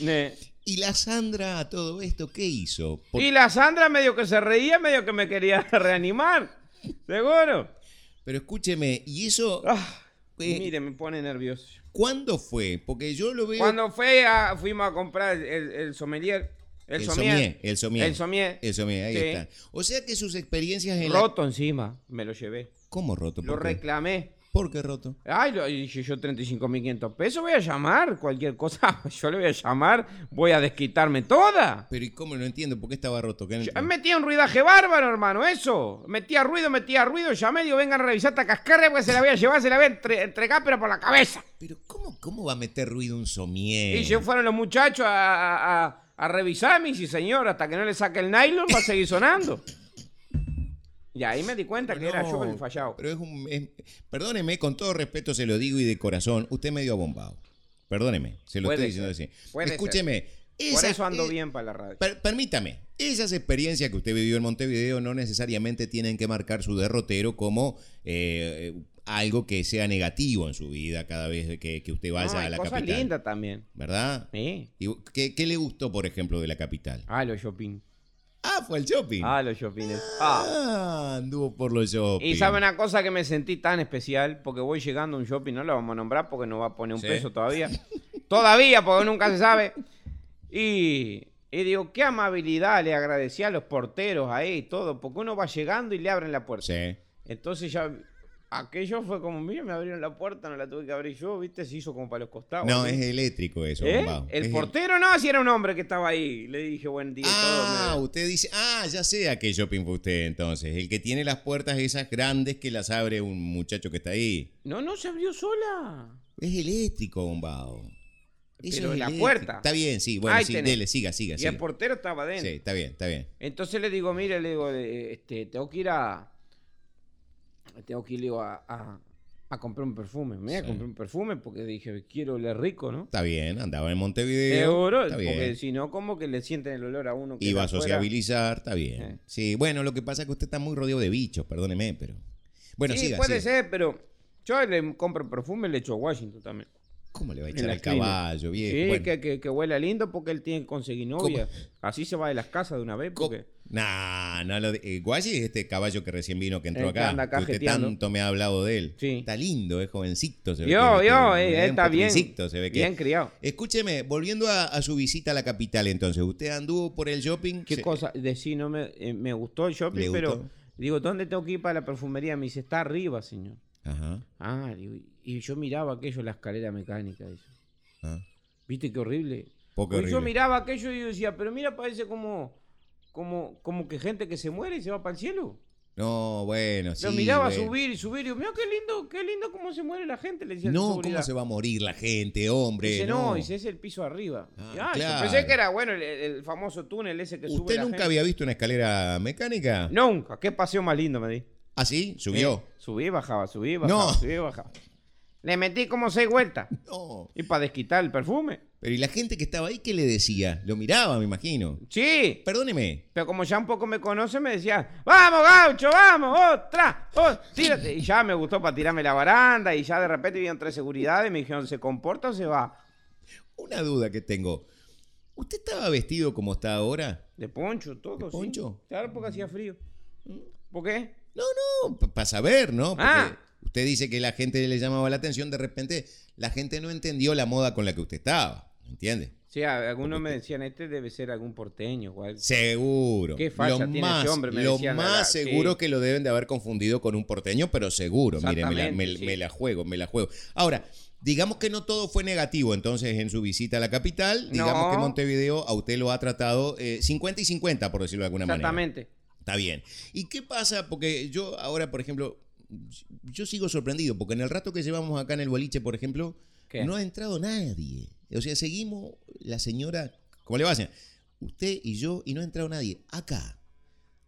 S1: Eh.
S2: ¿Y la Sandra a todo esto qué hizo? Por-
S1: Y la Sandra medio que se reía, medio que me quería reanimar. Seguro.
S2: Pero escúcheme, ¿y eso
S1: Ah,
S2: Eh,
S1: mire, me pone nervioso.
S2: cuándo fue? Porque yo lo veo.
S1: Cuando fue a- fuimos a comprar el, el sommelier, el,
S2: El somier,
S1: somier,
S2: el somier.
S1: el somier,
S2: El somier, ahí
S1: Sí.
S2: está. O sea que sus experiencias en la-
S1: roto encima, me lo llevé.
S2: ¿Cómo roto?
S1: Lo
S2: ¿Por qué?
S1: reclamé.
S2: ¿Por qué roto?
S1: Ay, lo, y dije yo 35.500 pesos, voy a llamar cualquier cosa. Yo le voy a llamar, voy a desquitarme toda.
S2: Pero ¿y cómo? No entiendo por qué estaba roto. ¿Qué no
S1: Yo-
S2: entiendo?
S1: Metía un ruidaje bárbaro, hermano, eso. Metía ruido, metía ruido, llamé, digo, vengan a revisar esta cascarra porque se la voy a llevar, se la voy a entre- entregar, pero por la cabeza.
S2: Pero ¿cómo, cómo va a meter ruido un somier?
S1: Y se fueron los muchachos a, a- a- a revisarme y sí, señor, hasta que no le saque el nylon va a seguir sonando. Y ahí me di cuenta que era yo
S2: No,
S1: el fallado.
S2: Pero es un. es- perdóneme, con todo respeto se lo digo y de corazón, usted medio abombado. Perdóneme, se lo
S1: Puede
S2: estoy diciendo
S1: ser,
S2: así.
S1: puede ser.
S2: Escúcheme.
S1: Por
S2: esas-
S1: eso ando
S2: eh,
S1: bien para la radio.
S2: per- permítame, esas experiencias que usted vivió en Montevideo no necesariamente tienen que marcar su derrotero como eh, eh, algo que sea negativo en su vida cada vez que, que usted vaya
S1: No,
S2: a
S1: hay
S2: la
S1: cosas
S2: capital.
S1: lindas también.
S2: ¿Verdad?
S1: Sí.
S2: ¿Y qué, qué le gustó, por ejemplo, de la capital?
S1: Ah, los shopping.
S2: Ah, fue el shopping.
S1: Ah, los shopping. Ah.
S2: Ah, anduvo por los shopping.
S1: Y sabe una cosa que me sentí tan especial, porque voy llegando a un shopping, no lo vamos a nombrar porque no va a poner un
S2: Sí.
S1: peso todavía. todavía, porque nunca se sabe. Y, y digo, qué amabilidad, le agradecí a los porteros ahí y todo, porque uno va llegando y le abren la puerta.
S2: Sí.
S1: Entonces ya aquello fue como, mira, me abrieron la puerta, no la tuve que abrir yo, viste, se hizo como para los costados.
S2: No,
S1: ¿sí?
S2: es eléctrico eso,
S1: ¿Eh?
S2: bombao. Es
S1: El portero no, si era un hombre que estaba ahí. Le dije buen día y
S2: Ah,
S1: todo. me-
S2: usted dice, ah, ya sé a qué shopping fue usted entonces. El que tiene las puertas esas grandes que las abre un muchacho que está ahí.
S1: No, no se abrió sola.
S2: Es eléctrico, bombao. Eso
S1: Pero
S2: es
S1: la
S2: eléctrico.
S1: puerta.
S2: Está bien, sí, bueno,
S1: Ahí
S2: sí,
S1: tenés.
S2: dele, siga,
S1: Y
S2: siga,
S1: el
S2: siga.
S1: portero estaba
S2: Sí,
S1: adentro.
S2: está bien, está bien.
S1: Entonces le digo, mire, le digo, eh, este, tengo que ir a. Tengo que ir le digo, a, a- a comprar un perfume. Me voy a
S2: Sí.
S1: comprar un perfume porque dije, quiero oler rico, ¿no?
S2: Está bien, andaba en Montevideo.
S1: Seguro,
S2: está bien.
S1: porque si no, como que le sienten el olor a uno que
S2: Iba a
S1: está afuera.
S2: sociabilizar, está
S1: Eh.
S2: bien. Sí, bueno, lo que pasa es que usted está muy rodeado de bichos, perdóneme, pero. Bueno,
S1: sí,
S2: siga,
S1: puede
S2: siga.
S1: ser, pero yo le compro perfume y le echo a Washington también.
S2: ¿Cómo le va a
S1: en
S2: echar
S1: la
S2: al
S1: esquina.
S2: caballo, viejo?
S1: Sí,
S2: Bueno.
S1: que, que, que huela lindo porque él tiene que conseguir novia. Así se va de las casas de una vez.
S2: Co-
S1: Porque
S2: Nah, no lo de- eh, Guayi es este caballo que recién vino, que entró
S1: El Eh, que
S2: acá.
S1: anda
S2: que usted
S1: cajeteando.
S2: tanto me ha hablado de él.
S1: Sí.
S2: Está lindo, es jovencito. Se ve
S1: Yo,
S2: que-
S1: yo,
S2: que-
S1: eh,
S2: que-
S1: está
S2: un
S1: bien.
S2: patrincito, se ve que-
S1: Bien criado.
S2: Escúcheme, volviendo a, a su visita a la capital, entonces, ¿usted anduvo por el shopping?
S1: ¿Qué
S2: Se-
S1: cosa? Decí, no me, eh, me gustó el shopping,
S2: ¿Le
S1: pero
S2: gustó?
S1: digo, ¿dónde tengo que ir para la perfumería? Me dice, está arriba, señor.
S2: Ajá.
S1: Ah, digo, y yo miraba aquello, la escalera mecánica. dice.
S2: ah.
S1: ¿Viste qué horrible?
S2: Poco
S1: Pues Yo
S2: horrible.
S1: miraba aquello y yo decía, pero mira, parece como, como, como que gente que se muere y se va para el cielo.
S2: No, bueno, sí.
S1: Lo miraba
S2: bueno.
S1: subir y subir. Y yo, mira qué lindo, qué lindo cómo se muere la gente. Le decía, a la
S2: No,
S1: seguridad.
S2: ¿cómo se va a morir la gente, hombre?
S1: Dice,
S2: no,
S1: no, dice, es el piso arriba.
S2: Ah,
S1: Y, ah,
S2: claro.
S1: yo pensé que era, bueno, el, el famoso túnel ese que sube
S2: ¿Usted
S1: la
S2: nunca
S1: gente.
S2: había visto una escalera mecánica?
S1: Nunca, qué paseo más lindo me di.
S2: ¿Ah, sí? ¿Subió?
S1: Eh, subí, bajaba, subí, bajaba,
S2: No.
S1: subí, bajaba. Le metí como seis vueltas.
S2: No.
S1: Y para desquitar el perfume.
S2: Pero ¿y la gente que estaba ahí qué le decía? Lo miraba, me imagino.
S1: Sí.
S2: Perdóneme.
S1: Pero como ya un poco me conoce, me decía, vamos, gaucho, vamos, otra, otra, tírate. Y ya me gustó para tirarme la baranda y ya de repente vinieron tres seguridades y me dijeron, ¿se comporta o se va?
S2: Una duda que tengo. ¿Usted estaba vestido como está ahora?
S1: De poncho, todo.
S2: ¿De
S1: sí.
S2: poncho?
S1: Claro, porque hacía frío. ¿Por qué?
S2: No, no, para saber, ¿no? Porque
S1: Ah.
S2: usted dice que la gente le llamaba la atención, de repente la gente no entendió la moda con la que usted estaba, ¿entiende?
S1: Sí, a- algunos me decían, este debe ser algún porteño o algo.
S2: Seguro.
S1: Qué facha
S2: lo
S1: tiene ese
S2: más,
S1: hombre, me
S2: lo
S1: decían a la-
S2: más
S1: sí.
S2: seguro que lo deben de haber confundido con un porteño, pero seguro. Mire, me la,
S1: Exactamente,
S2: me-
S1: sí.
S2: me la juego, me la juego. Ahora, digamos que no todo fue negativo entonces en su visita a la capital. Digamos
S1: No.
S2: que Montevideo a usted lo ha tratado eh, 50 y 50, por decirlo de alguna manera.
S1: Exactamente.
S2: Está bien. ¿Y qué pasa? Porque yo ahora, por ejemplo, yo sigo sorprendido, porque en el rato que llevamos acá en el boliche, por ejemplo,
S1: ¿Qué?
S2: no ha entrado nadie. O sea, seguimos la señora, ¿cómo le va a hacer? Usted y yo, y no ha entrado nadie. Acá.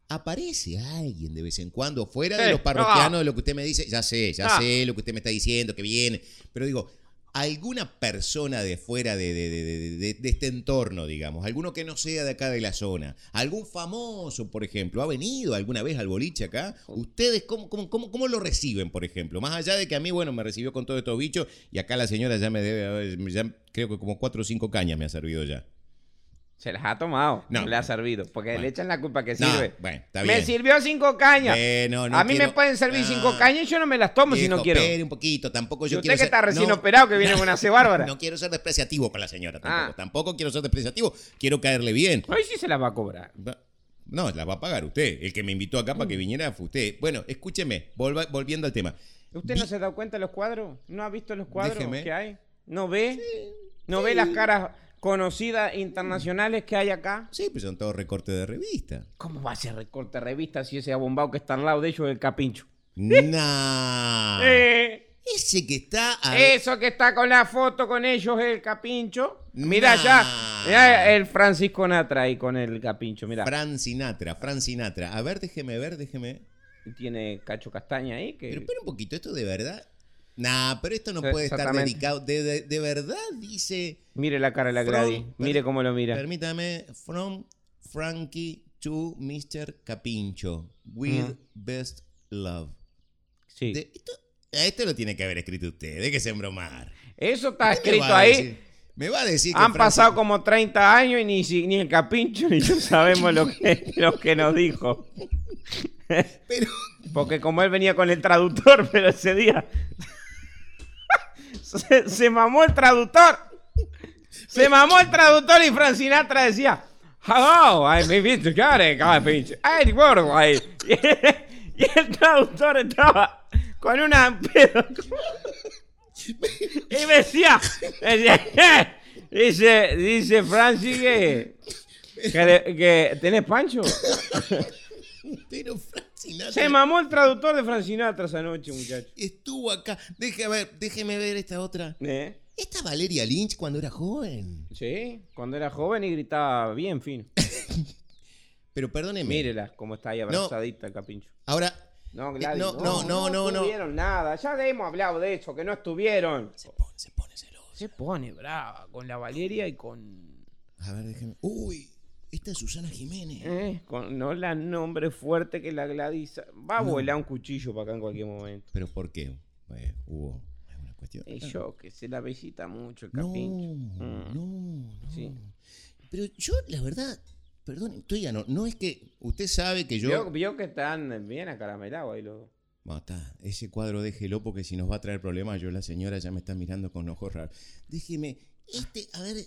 S2: Aparece alguien de vez en cuando, fuera
S1: Sí,
S2: de los parroquianos,
S1: no.
S2: de lo que usted me dice, ya sé, ya
S1: No.
S2: sé lo que usted me está diciendo, que viene, pero digo, alguna persona de fuera de, de- de- de- de- de este entorno, digamos, alguno que no sea de acá de la zona, algún famoso, por ejemplo, ha venido alguna vez al boliche acá, ¿ustedes cómo, cómo, cómo, cómo lo reciben, por ejemplo? Más allá de que a mí, bueno, me recibió con todos estos bichos y acá la señora ya me debe, haber- ya creo que como cuatro o cinco cañas me ha servido ya.
S1: Se las ha tomado.
S2: No.
S1: No. Le ha servido. Porque
S2: Bueno.
S1: le echan la culpa que
S2: No,
S1: sirve.
S2: bueno, está
S1: Me
S2: bien.
S1: sirvió cinco cañas.
S2: Bueno, no
S1: a mí
S2: quiero-
S1: me pueden servir
S2: Ah,
S1: cinco cañas y yo no me las tomo si
S2: viejo,
S1: no quiero.
S2: espere un poquito, tampoco
S1: Y
S2: yo
S1: usted
S2: quiero
S1: que está recién
S2: no,
S1: operado, que viene con una C bárbara.
S2: No quiero ser despreciativo con la señora tampoco.
S1: Ah.
S2: Tampoco quiero ser despreciativo. Quiero caerle bien.
S1: Hoy sí se las va a cobrar.
S2: Va- No, la va a pagar usted. El que me invitó acá
S1: Mm.
S2: para que viniera fue usted. Bueno, escúcheme, volva- volviendo al tema.
S1: ¿Usted
S2: Vi-
S1: no se ha dado cuenta de los cuadros? ¿No ha visto los cuadros
S2: Déjeme.
S1: que hay? ¿No ve? ¿No ve las caras conocidas internacionales que hay acá?
S2: Sí, pues son todos recortes de revista.
S1: ¿Cómo va a ser recorte de revista si ese abombado que está al lado de ellos es el capincho?
S2: nah.
S1: Eh,
S2: Ese que está. a-
S1: eso que está con la foto con ellos es el capincho. Mira
S2: Nah.
S1: ya, mirá el Francisco Natra ahí con el capincho, mira.
S2: Fran Sinatra, Fran Sinatra. A ver, déjeme ver, déjeme.
S1: Tiene Cacho Castaña ahí que...
S2: Pero espera un poquito, esto de verdad. Nah, pero esto no
S1: Sí,
S2: puede estar
S1: Eh, exactamente.
S2: dedicado. De, de- de verdad dice.
S1: Mire la cara de la
S2: From-
S1: Gladys, mire cómo lo mira.
S2: Permítame, from Frankie to Mr. Capincho, with best love.
S1: Sí.
S2: De- esto, a esto lo tiene que haber escrito usted, déjese embromar.
S1: Eso está
S2: ¿Qué me
S1: escrito
S2: va a
S1: ahí.
S2: decir? Me va a decir que
S1: Han
S2: Frankie-
S1: pasado como 30 años y ni, si- ni el capincho ni yo sabemos lo que, lo que nos dijo.
S2: Pero,
S1: Porque como él venía con el traductor, pero ese día se, se mamó el traductor. Se mamó el traductor y Francinatra decía, hello, I'm Mr. Jared, capincho. I work like-" Y el traductor estaba con una pedo. Y me decía, me decía, dice, dice Francis que, que, que tenés pancho.
S2: pero Frank Sinatra
S1: Se mamó el traductor de Francinatra esa noche, muchacho.
S2: estuvo acá. Deje, a ver, déjeme ver esta otra.
S1: ¿Eh?
S2: Esta es Valeria Lynch cuando era joven.
S1: Sí, cuando era joven y gritaba bien fino.
S2: Pero perdóneme.
S1: Mírela cómo está ahí abrazadita el capincho.
S2: Ahora,
S4: Eh,
S1: No, Gladys,
S2: no, no, no, no, no.
S1: tuvieron nada. Ya hemos hablado de eso, que no estuvieron.
S2: se pone, se pone celoso.
S4: Se pone brava con la Valeria y con.
S2: A ver, déjeme. Uy, esta es Susana Jiménez.
S1: Eh, con- no la nombre fuerte que la Gladys. Va a volar un cuchillo para acá en cualquier momento.
S2: ¿Pero por qué? Eh, hubo alguna cuestión. Ah.
S1: Y yo, que se la visita mucho el Mm.
S2: No,
S1: capincho.
S2: no, no.
S1: Sí.
S2: Pero yo, la verdad, Perdón, Toyano, no es que usted sabe que yo...
S1: Vio, vio que están bien acaramelados ahí los.
S2: Bueno, está, ese cuadro déjelo porque si nos va a traer problemas, yo la señora ya me está mirando con ojos raros. Déjeme, este, a ver,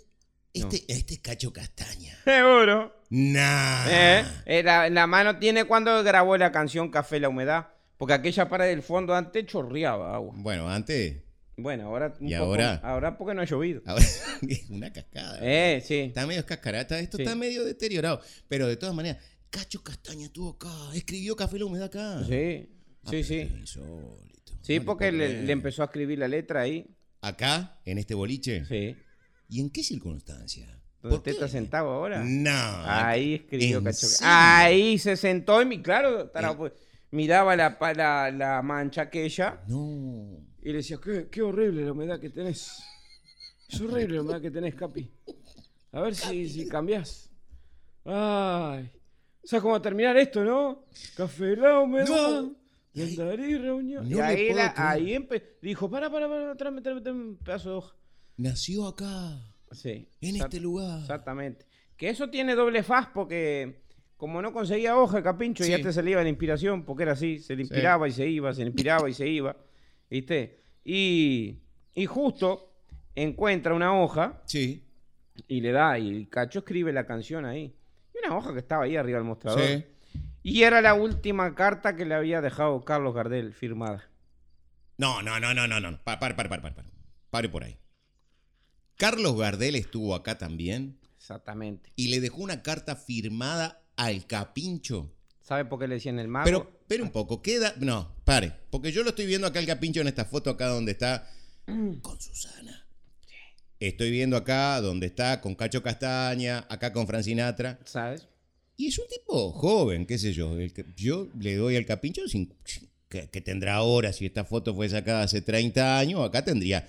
S2: este, este es Cacho Castaña.
S1: Seguro.
S2: Nah.
S1: Eh, eh, la, la mano tiene cuando grabó la canción Café la humedad. Porque aquella pared del fondo antes chorreaba agua.
S2: Bueno, antes,
S1: Bueno, ahora. un
S2: ¿Y
S1: poco-
S2: ahora?
S1: Ahora porque no ha llovido.
S2: ahora es una cascada.
S1: Eh, sí.
S2: Está medio cascarata, esto
S1: Sí.
S2: está medio deteriorado. Pero de todas maneras, Cacho Castaña estuvo acá, escribió Café la Humedad acá.
S1: Sí,
S2: Ah,
S1: sí,
S2: pero
S1: sí.
S2: esto es insólito.
S1: Sí,
S2: No le
S1: porque
S2: puedo
S1: le,
S2: creer.
S1: le empezó a escribir la letra ahí.
S2: Acá, en este boliche.
S1: Sí.
S2: ¿Y en qué circunstancia?
S1: Donde usted está
S2: qué?
S1: sentado ahora.
S2: No.
S1: Ahí escribió
S2: Ah, ¿En
S1: Cacho.
S2: serio?
S1: Ahí se sentó y mi- claro, tarado,
S2: En-
S1: pues, miraba la, pa- la, la mancha aquella
S2: No.
S1: y le decía, qué, qué horrible la humedad que tenés. Es horrible la humedad que tenés, Capi. A ver si, si cambiás. Ay. ¿Sabes cómo va a terminar esto, no? Café la humedad.
S2: No.
S1: Y andaré reunión.
S2: No
S1: y
S2: le
S1: ahí,
S2: puedo
S1: la-
S2: creer.
S1: ahí empe- dijo, para, para, para, tráeme, tráeme, tráeme un pedazo de hoja.
S2: Nació acá,
S1: Sí.
S2: en
S1: Exact-
S2: este lugar.
S1: Exactamente. Que eso tiene doble faz porque como no conseguía hoja el capincho,
S2: Sí.
S1: ya te se le iba la inspiración, porque era así, se le inspiraba y se iba, se le inspiraba y se iba. ¿Viste? Y, y justo encuentra una hoja
S2: Sí.
S1: y le da, y el cacho escribe la canción ahí. Y una hoja que estaba ahí arriba del mostrador.
S2: Sí.
S1: Y era la última carta que le había dejado Carlos Gardel firmada.
S2: No, no, no, no, no, no. Par, par, par, par, par, par. Pare por ahí. Carlos Gardel estuvo acá también
S1: Exactamente.
S2: y le dejó una carta firmada al Capincho.
S1: ¿Sabe por qué le decían el mago?
S2: Pero, pero un poco, queda. No, pare. Porque yo lo estoy viendo acá el Capincho en esta foto acá donde está con Susana. Estoy viendo acá donde está con Cacho Castaña, acá con Francinatra.
S1: ¿Sabes?
S2: Y es un tipo joven, qué sé yo. el que- yo le doy al capincho sin, que, que tendrá ahora, si esta foto fue sacada hace 30 años, acá tendría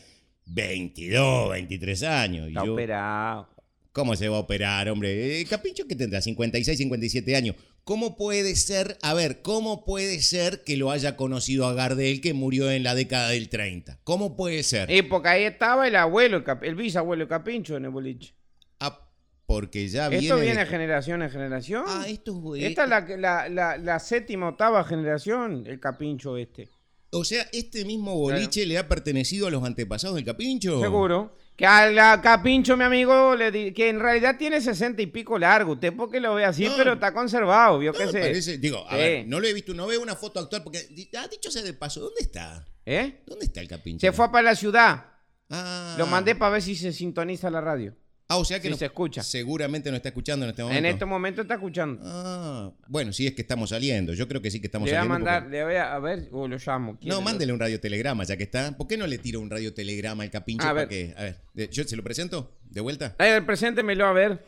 S2: 22, 23 años. Y
S1: Está
S2: yo,
S1: operado.
S2: ¿Cómo se va a operar, hombre? El capincho que tendrá 56, 57 años. ¿Cómo puede ser, a ver, cómo puede ser que lo haya conocido a Gardel que murió en la década del 30? ¿Cómo puede ser?
S1: Y Eh, porque ahí estaba el abuelo, el, cap- el bisabuelo el Capincho en el boliche.
S2: Ah, porque ya viene...
S1: Esto viene
S2: de-
S1: generación en generación.
S2: Ah, esto es... güey.
S1: Esta es la, que- la, la- la séptima, octava generación, el Capincho este.
S2: O sea, este mismo boliche le ha pertenecido a los antepasados del Capincho.
S1: Seguro. Que al a Capincho, mi amigo, le di- que en realidad tiene sesenta y pico largo. Usted porque lo ve así,
S2: No.
S1: pero está conservado, vio
S2: No,
S1: que
S2: me
S1: se...
S2: parece- digo, a
S1: Sí.
S2: ver, no lo he visto, no veo una foto actual porque di- ah, dicho sea de paso, ¿dónde está?
S1: ¿Eh?
S2: ¿Dónde está el Capincho?
S1: Se fue para la ciudad.
S2: Ah.
S1: Lo mandé para ver si se sintoniza la radio.
S2: Ah, o sea que
S1: si
S2: no-
S1: se escucha.
S2: Seguramente no está escuchando en este momento.
S1: En este momento está escuchando.
S2: Ah, bueno, sí es que estamos saliendo. Yo creo que sí que estamos
S1: le voy a
S2: saliendo.
S1: mandar,
S2: porque-
S1: le voy a, a ver, o lo llamo. ¿Quién
S2: No,
S1: es?
S2: mándele un radiotelegrama ya que está. ¿Por qué no le tiro un radiotelegrama al Capincho?
S1: A
S2: para
S1: ver.
S2: que- a ver, eh, yo se lo presento de vuelta.
S1: Eh, preséntemelo a ver.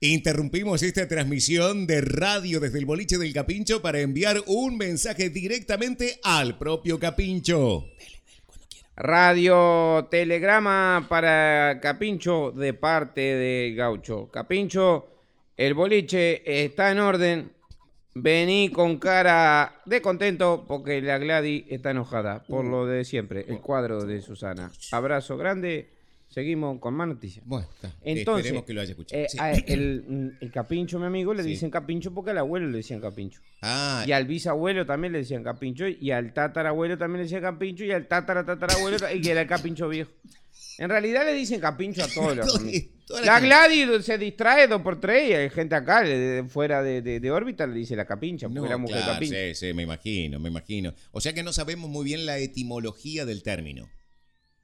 S2: Interrumpimos esta transmisión de radio desde el boliche del Capincho para enviar un mensaje directamente al propio Capincho.
S1: Radio Telegrama para Capincho de parte de Gaucho. Capincho, el boliche está en orden. Vení con cara de contento porque la Gladys está enojada por lo de siempre, el cuadro de Susana. Abrazo grande. Seguimos con más noticias.
S2: Bueno, está.
S1: Entonces,
S2: esperemos que lo haya escuchado.
S1: eh,
S2: Sí.
S1: a- el, mm, el Capincho, mi amigo, le
S2: Sí.
S1: dicen Capincho porque al abuelo le decían Capincho.
S2: Ah,
S1: Y al bisabuelo también le decían capincho, y al tatarabuelo también le decían capincho, y al tatara tatarabuelo, ta- y que era el capincho viejo. En realidad le dicen capincho a todos los
S2: Todo-
S1: amigos.
S2: toda la
S1: La
S2: gente.
S1: Gladys se distrae dos por tres, y hay gente acá, de- de- fuera de, de- de órbita, le dice la capincha, porque
S2: no,
S1: la mujer
S2: claro,
S1: capincha.
S2: sí, sí, me imagino, me imagino. O sea que no sabemos muy bien la etimología del término.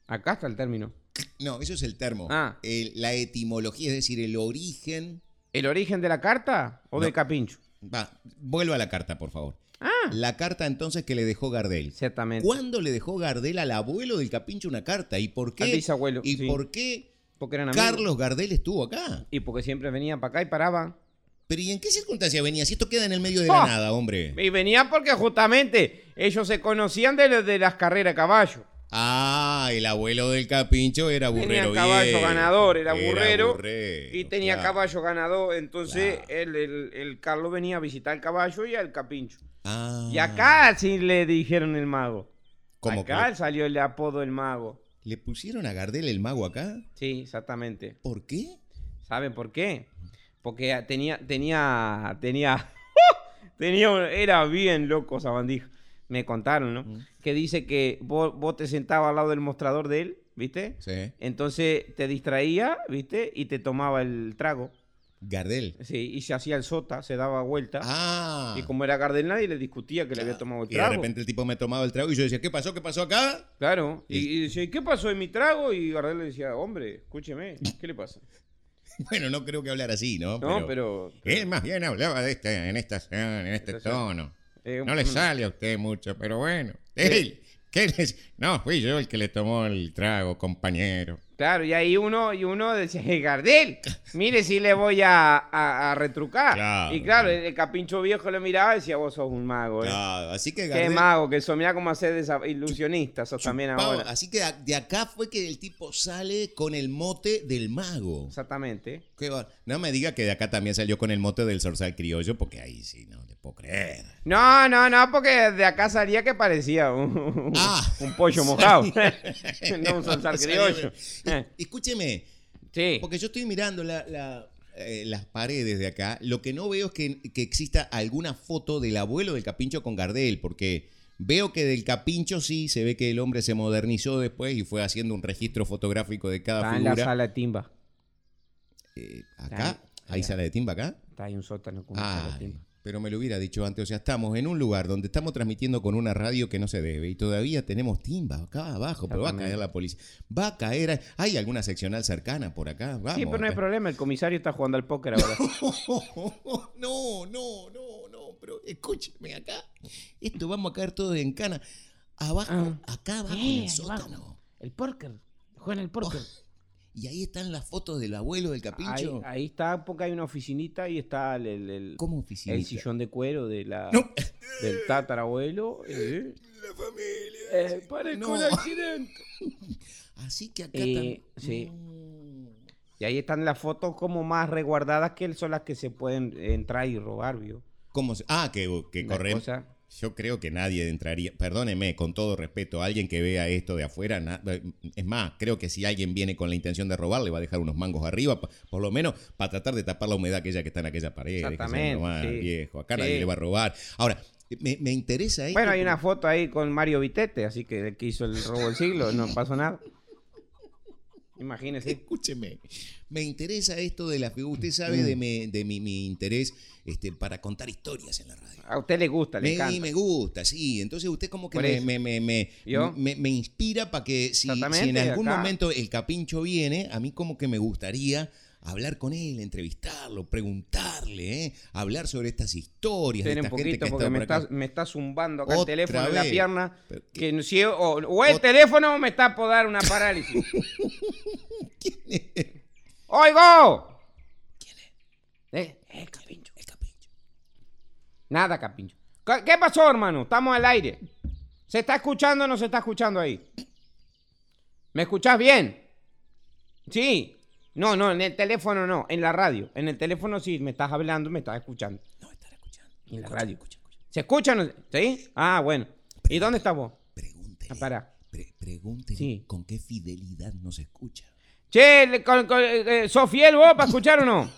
S1: Acá está el término.
S2: No, eso es el termo.
S1: Ah.
S2: El- la etimología, es decir, el origen.
S1: ¿El origen de la carta o de
S2: No.
S1: capincho?
S2: Va, vuelva a la carta, por favor. La carta entonces que le dejó Gardel.
S1: Ah, Exactamente.
S2: ¿Cuándo le dejó Gardel al abuelo del Capincho una carta? ¿Y por qué?
S1: Al bisabuelo,
S2: ¿Y
S1: sí.
S2: por qué
S1: Porque eran amigos.
S2: Carlos Gardel estuvo acá?
S1: Y porque siempre venían para acá y paraban.
S2: ¿Pero y en qué circunstancia venía? Si esto queda en el medio de la
S1: Ah.
S2: nada, hombre.
S1: Y venían porque justamente ellos se conocían de, lo- de las carreras a caballo.
S2: Ah, el abuelo del Capincho era
S1: Tenía
S2: burrero.
S1: caballo
S2: viejo.
S1: ganador, era burrero,
S2: burrero,
S1: Y tenía
S2: claro.
S1: caballo ganador, entonces
S2: Claro.
S1: el, el- el Carlos venía a visitar el caballo y al capincho.
S2: Ah.
S1: Y acá sí le dijeron el mago.
S2: ¿Cómo
S1: acá
S2: que-
S1: salió el apodo el mago.
S2: ¿Le pusieron a Gardel el mago acá?
S1: Sí, exactamente.
S2: ¿Por qué?
S1: ¿Saben por qué? Porque tenía, tenía, tenía, tenía, era bien loco esa bandija. Me contaron, ¿no?
S2: Mm.
S1: Que dice que vos, vos te sentabas al lado del mostrador de él, ¿viste?
S2: Sí.
S1: Entonces te distraía, ¿viste? Y te tomaba el trago.
S2: Gardel.
S1: Sí, y se hacía el sota, se daba vuelta.
S2: Ah.
S1: Y como era cardenal, y le discutía que le había tomado el
S2: Y de
S1: trago.
S2: repente el tipo me tomaba el trago y yo decía, ¿qué pasó? ¿Qué pasó acá?
S1: Claro. Y,
S2: Y-
S1: y decía, ¿y qué pasó en mi trago? Y Gardel le decía, hombre, escúcheme, ¿qué le pasa?
S2: Bueno, no creo que hablar así, ¿no?
S1: No, pero...
S2: Él más bien hablaba de este, en esta en este
S1: Esta-
S2: tono.
S1: eh,
S2: No le sale a usted mucho, pero bueno. Él, ¿qué les- No, fui yo el que le tomó el trago, compañero.
S1: Claro, y ahí uno, y uno decía, "Eh, Gardel, mire si le voy a, a- a retrucar.
S2: Claro,
S1: y claro,
S2: sí.
S1: el, el capincho viejo le miraba y decía, vos sos un mago, ¿eh?
S2: Claro, así que
S1: Qué
S2: Gardel
S1: mago que sos, mirá cómo haces desa- ilusionista, sos también
S2: chupaba.
S1: ahora.
S2: Así que de acá fue que el tipo sale con el mote del mago.
S1: Exactamente.
S2: Qué bar- No me diga que de acá también salió con el mote del zorzal criollo, porque ahí sí, no le puedo creer.
S1: No, no, no, porque de acá salía que parecía un, un-
S2: Ah.
S1: un pollo mojado. no un salsar criollo. Eh.
S2: Escúcheme,
S1: Sí.
S2: porque yo estoy mirando la- la, eh, las paredes de acá. Lo que no veo es que, que exista alguna foto del abuelo del Capincho con Gardel, porque veo que del Capincho sí se ve que el hombre se modernizó después y fue haciendo un registro fotográfico de cada
S1: Está en la
S2: figura.
S1: sala de timba.
S2: Eh, acá, hay
S1: Ahí.
S2: sala de timba acá.
S1: Está ahí un sótano con una sala de
S2: Ay,
S1: timba.
S2: pero me lo hubiera dicho antes. O sea, estamos en un lugar donde estamos transmitiendo con una radio que no se debe y todavía tenemos timba acá abajo, pero va a caer la policía. Va a caer. Hay alguna seccional cercana por acá. Vamos. pues.
S1: Sí, pero no hay problema, el comisario está jugando al póker ahora.
S2: no, no, no, no, pero escúcheme acá. Esto vamos a caer todos en cana.
S1: Ah.
S2: Abajo, acá abajo en
S4: Eh,
S2: el
S4: abajo.
S2: sótano.
S4: El porker. Juega en el porker.
S2: Y ahí están las fotos del abuelo del
S1: Ahí,
S2: capincho.
S1: ahí está, porque hay una oficinita y está el, el, el-
S2: ¿Cómo
S1: el
S2: oficina?
S1: sillón de cuero de la,
S2: No.
S1: del tatarabuelo. eh.
S2: La familia.
S1: Eh, parezco
S2: No.
S1: un accidente.
S2: Así que acá
S1: Eh,
S2: tam-
S1: sí.
S2: No.
S1: Y ahí están las fotos como más resguardadas que son las que se pueden entrar y robar, ¿vio?
S2: ¿Cómo se- Ah, que, que
S1: Una
S2: corre-
S1: cosa-
S2: Yo creo que nadie entraría. Perdóneme, con todo respeto, alguien que vea esto de afuera. na- eh, Es más, creo que si alguien viene con la intención de robar, le va a dejar unos mangos arriba, pa- por lo menos para tratar de tapar la humedad aquella que está en aquella pared. Déjese
S1: Exactamente,
S2: nomás,
S1: sí.
S2: viejo. Acá
S1: Sí.
S2: nadie le va a robar. Ahora, me, me interesa esto.
S1: Bueno, hay una foto ahí con Mario Vitete, así que el que hizo el robo del siglo, no pasó nada. Imagínese.
S2: Escúcheme, me interesa esto de la figura. Usted sabe de, mi, de mi, mi interés este, para contar historias en la radio.
S1: A usted le gusta, le
S2: Me,
S1: encanta.
S2: me gusta, sí. Entonces usted como que
S1: Por
S2: me,
S1: eso.
S2: me- me- me-
S1: ¿Yo?
S2: me- me inspira para que si,
S1: Exactamente,
S2: si en algún
S1: acá.
S2: momento el capincho viene, a mí como que me gustaría hablar con él, entrevistarlo, preguntarle, ¿eh? hablar sobre estas historias. de
S1: Espere un
S2: esta gente
S1: poquito
S2: que ha
S1: porque
S2: estado
S1: me
S2: por acá.
S1: está, me está zumbando acá el
S2: Otra
S1: teléfono en la
S2: vez.
S1: pierna.
S2: Pero qué-
S1: Que no- si- o, o el
S2: Ot-
S1: teléfono me está por dar una parálisis. ¡Oigo! ¿Quién es? El capincho. El capincho. Nada, capincho. ¿Qué qué pasó, hermano? Estamos al aire. ¿Se está escuchando o no se está escuchando ahí? ¿Me escuchás bien? Sí. No, no, en el teléfono no, en la radio. En el teléfono sí, me estás hablando, me estás escuchando.
S2: No, estar escuchando.
S1: En la radio. ¿Se escucha? o no? ¿Sí? Ah, bueno. ¿Y dónde estás vos?
S2: Pregúntele.
S1: Ah, pará.
S2: pre- pregúntele
S1: Sí.
S2: con qué fidelidad nos escucha.
S1: Che, le- con, con- eh, eh, ¿sos fiel vos para escuchar o no?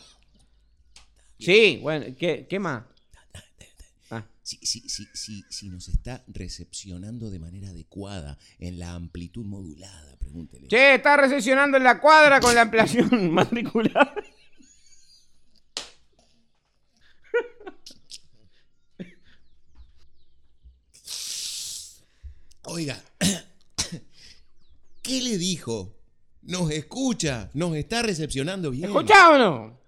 S1: Sí, bueno, ¿qué, qué más? Ah,
S2: Si, si, si, si, si nos está recepcionando de manera adecuada, en la amplitud modulada, pregúntele.
S1: Che, está recesionando en la cuadra con la ampliación matricular.
S2: Oiga, ¿qué le dijo? Nos escucha, nos está recepcionando bien.
S1: ¿Escuchá o no?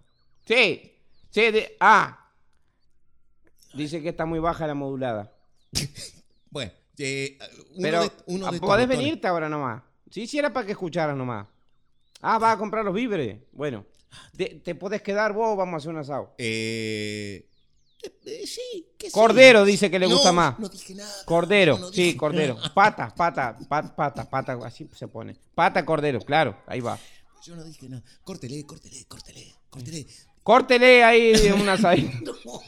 S1: Sí, sí, de- ah. Dice que está muy baja la modulada.
S2: Bueno, eh, uno
S1: Pero
S2: de, uno de estos
S1: podés
S2: botones-
S1: venirte ahora nomás. Sí, sí era para que escucharas nomás. Ah, vas a comprar los víveres. Bueno, te, te podés quedar vos o vamos a hacer un asado.
S2: Eh, eh, sí, ¿qué sé?
S1: Cordero dice que le gusta
S2: No,
S1: más.
S2: No dije nada.
S1: Cordero,
S2: No, no
S1: sí,
S2: dije
S1: cordero.
S2: nada.
S1: Patas, pata, pat- pata, pata, así se pone. Pata, cordero, claro, ahí va.
S2: Yo no dije nada. Córtele, córtele, córtele, córtele.
S1: Córtele ahí un asadito.
S2: No.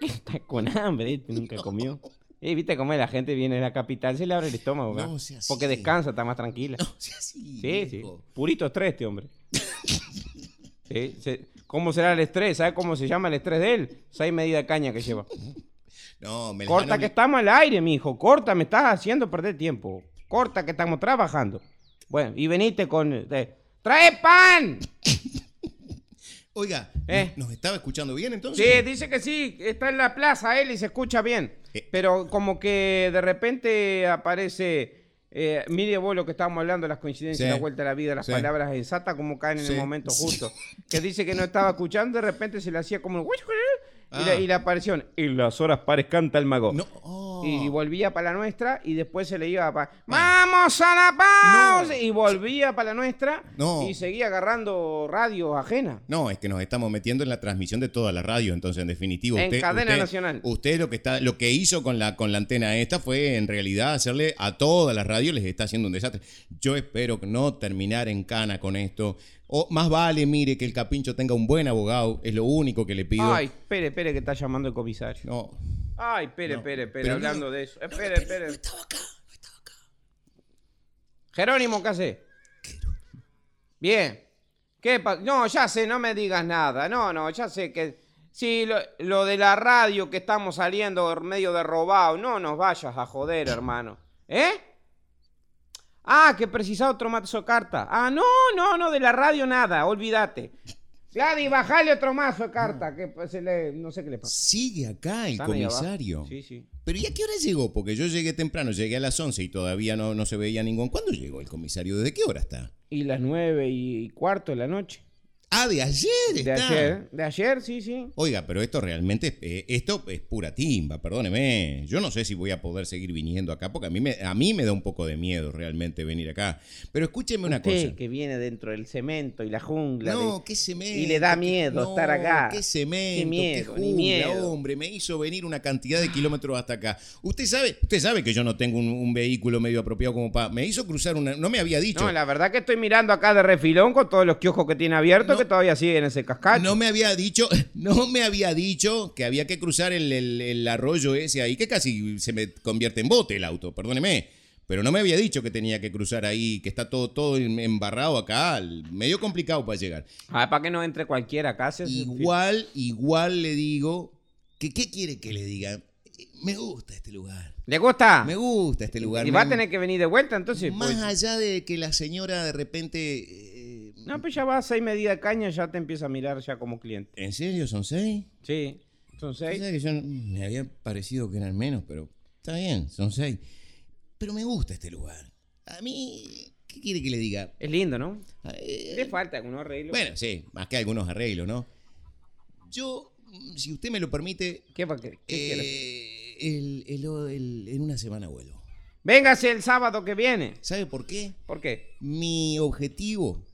S1: Yo que está con hambre, este nunca comió. Eh, viste cómo es la gente viene de la capital, se le abre el estómago,
S2: No
S1: ¿verdad?
S2: sea
S1: Porque
S2: así.
S1: descansa, está más tranquila.
S2: No, sí,
S1: Sí,
S2: así.
S1: sí.
S2: viejo.
S1: Purito estrés este hombre. Sí, se- ¿Cómo será el estrés? ¿Sabe cómo se llama el estrés de él? Seis medidas de caña que lleva.
S2: No, me las
S1: Corta
S2: van a-
S1: que estamos al aire, mijo. Corta, me estás haciendo perder tiempo. Corta que estamos trabajando. Bueno, y veniste con... eh, ¡Trae pan!
S2: Oiga,
S1: Eh.
S2: ¿nos estaba escuchando bien entonces?
S1: Sí, dice que sí, está en la plaza él y se escucha bien.
S2: Eh.
S1: Pero como que de repente aparece... Eh, mire vos lo que estábamos hablando, las coincidencias,
S2: Sí.
S1: la vuelta a la vida, las
S2: Sí.
S1: palabras exactas como caen en
S2: Sí.
S1: el momento
S2: Sí.
S1: justo. Que dice que no estaba escuchando, de repente se le hacía como... un Y,
S2: Ah.
S1: la, y la aparición. Y las horas pares canta el mago.
S2: No. oh. Ah.
S1: Y volvía para la nuestra y después se le iba para... ¡Vamos a la pausa!
S2: No.
S1: Y volvía para la nuestra
S2: No.
S1: y seguía agarrando radios ajenas.
S2: No, es que nos estamos metiendo en la transmisión de toda la radio, entonces en definitivo.
S1: En
S2: usted,
S1: cadena
S2: usted-
S1: nacional.
S2: Usted lo que está, lo que hizo con la, con la antena esta fue en realidad hacerle a todas las radios les está haciendo un desastre. Yo espero no terminar en cana con esto. O más vale, mire, que el Capincho tenga un buen abogado, es lo único que le pido.
S1: Ay, espere, espere que está llamando el comisario.
S2: No.
S1: Ay, espere,
S2: No,
S1: espere, espere,
S2: pero
S1: hablando
S2: no,
S1: de eso. Espere, espere. Jerónimo, ¿qué hace? Bien. ¿Qué pa- No, ya sé, no me digas nada. No, no, ya sé que... Sí, lo, lo de la radio que estamos saliendo en medio de robado. No nos vayas a joder, hermano. ¿Eh? Ah, que precisa otro mazo carta. Ah, no, no, no, de la radio nada, olvídate. Gladys, bajale otro mazo de carta, que pues, se le, no sé qué le pasa.
S2: Sigue acá el
S1: Está medio abajo.
S2: comisario.
S1: Sí, sí.
S2: Pero ¿y a qué hora llegó? Porque yo llegué temprano, llegué a las 11 y todavía no, no se veía ningún. ¿Cuándo llegó el comisario? ¿Desde qué hora está?
S1: Y las nueve y cuarto de la noche.
S2: Ah, de ayer
S1: De
S2: está.
S1: ayer, de ayer, sí, sí.
S2: Oiga, pero esto realmente, eh, esto es pura timba, perdóneme. Yo no sé si voy a poder seguir viniendo acá, porque a mí me, a mí me da un poco de miedo realmente venir acá. Pero escúcheme una
S1: Usted
S2: cosa.
S1: que viene dentro del cemento y la jungla.
S2: No,
S1: de-
S2: qué cemento.
S1: Y le da
S2: qué-
S1: miedo
S2: no,
S1: estar acá.
S2: Qué cemento, qué,
S1: Qué miedo, ni
S2: jungla,
S1: miedo.
S2: hombre. Me hizo venir una cantidad de kilómetros hasta acá. Usted sabe, usted sabe que yo no tengo un, un vehículo medio apropiado como para... Me hizo cruzar una... No me había dicho.
S1: No, la verdad que estoy mirando acá de refilón con todos los kioscos que tiene abiertos
S2: No.
S1: que todavía siguen ese cascacho.
S2: No me había dicho, no me había dicho que había que cruzar el, el- el arroyo ese ahí, que casi se me convierte en bote el auto, perdóneme. Pero no me había dicho que tenía que cruzar ahí, que está todo, todo embarrado acá, el- medio complicado para llegar.
S1: Ah, para que no entre cualquiera acá. se-
S2: Igual, igual le digo, que, ¿qué quiere que le diga? Me gusta este lugar,
S1: ¿Le gusta?
S2: me gusta este lugar.
S1: Ah. y va a
S2: me-
S1: tener que venir de vuelta entonces.
S2: Más
S1: pues.
S2: allá de que la señora de repente... eh,
S1: No, pues ya va a seis medidas de caña, ya te empieza a mirar ya como cliente.
S2: ¿En serio son seis?
S1: Sí, son seis.
S2: Pensaba que yo me había parecido que eran menos, pero está bien, son seis. Pero me gusta este lugar. A mí, ¿qué quiere que le diga?
S1: Es lindo, ¿no?
S2: Eh,
S1: Le falta algunos arreglos.
S2: bueno, sí, más que algunos arreglos, ¿no? Yo, mm, si usted me lo permite,
S1: ¿Qué, va- qué- qué quiere?
S2: eh, el- el- el- en una semana vuelo.
S1: Véngase el sábado que viene.
S2: ¿Sabe por qué?
S1: ¿Por qué?
S2: Mi objetivo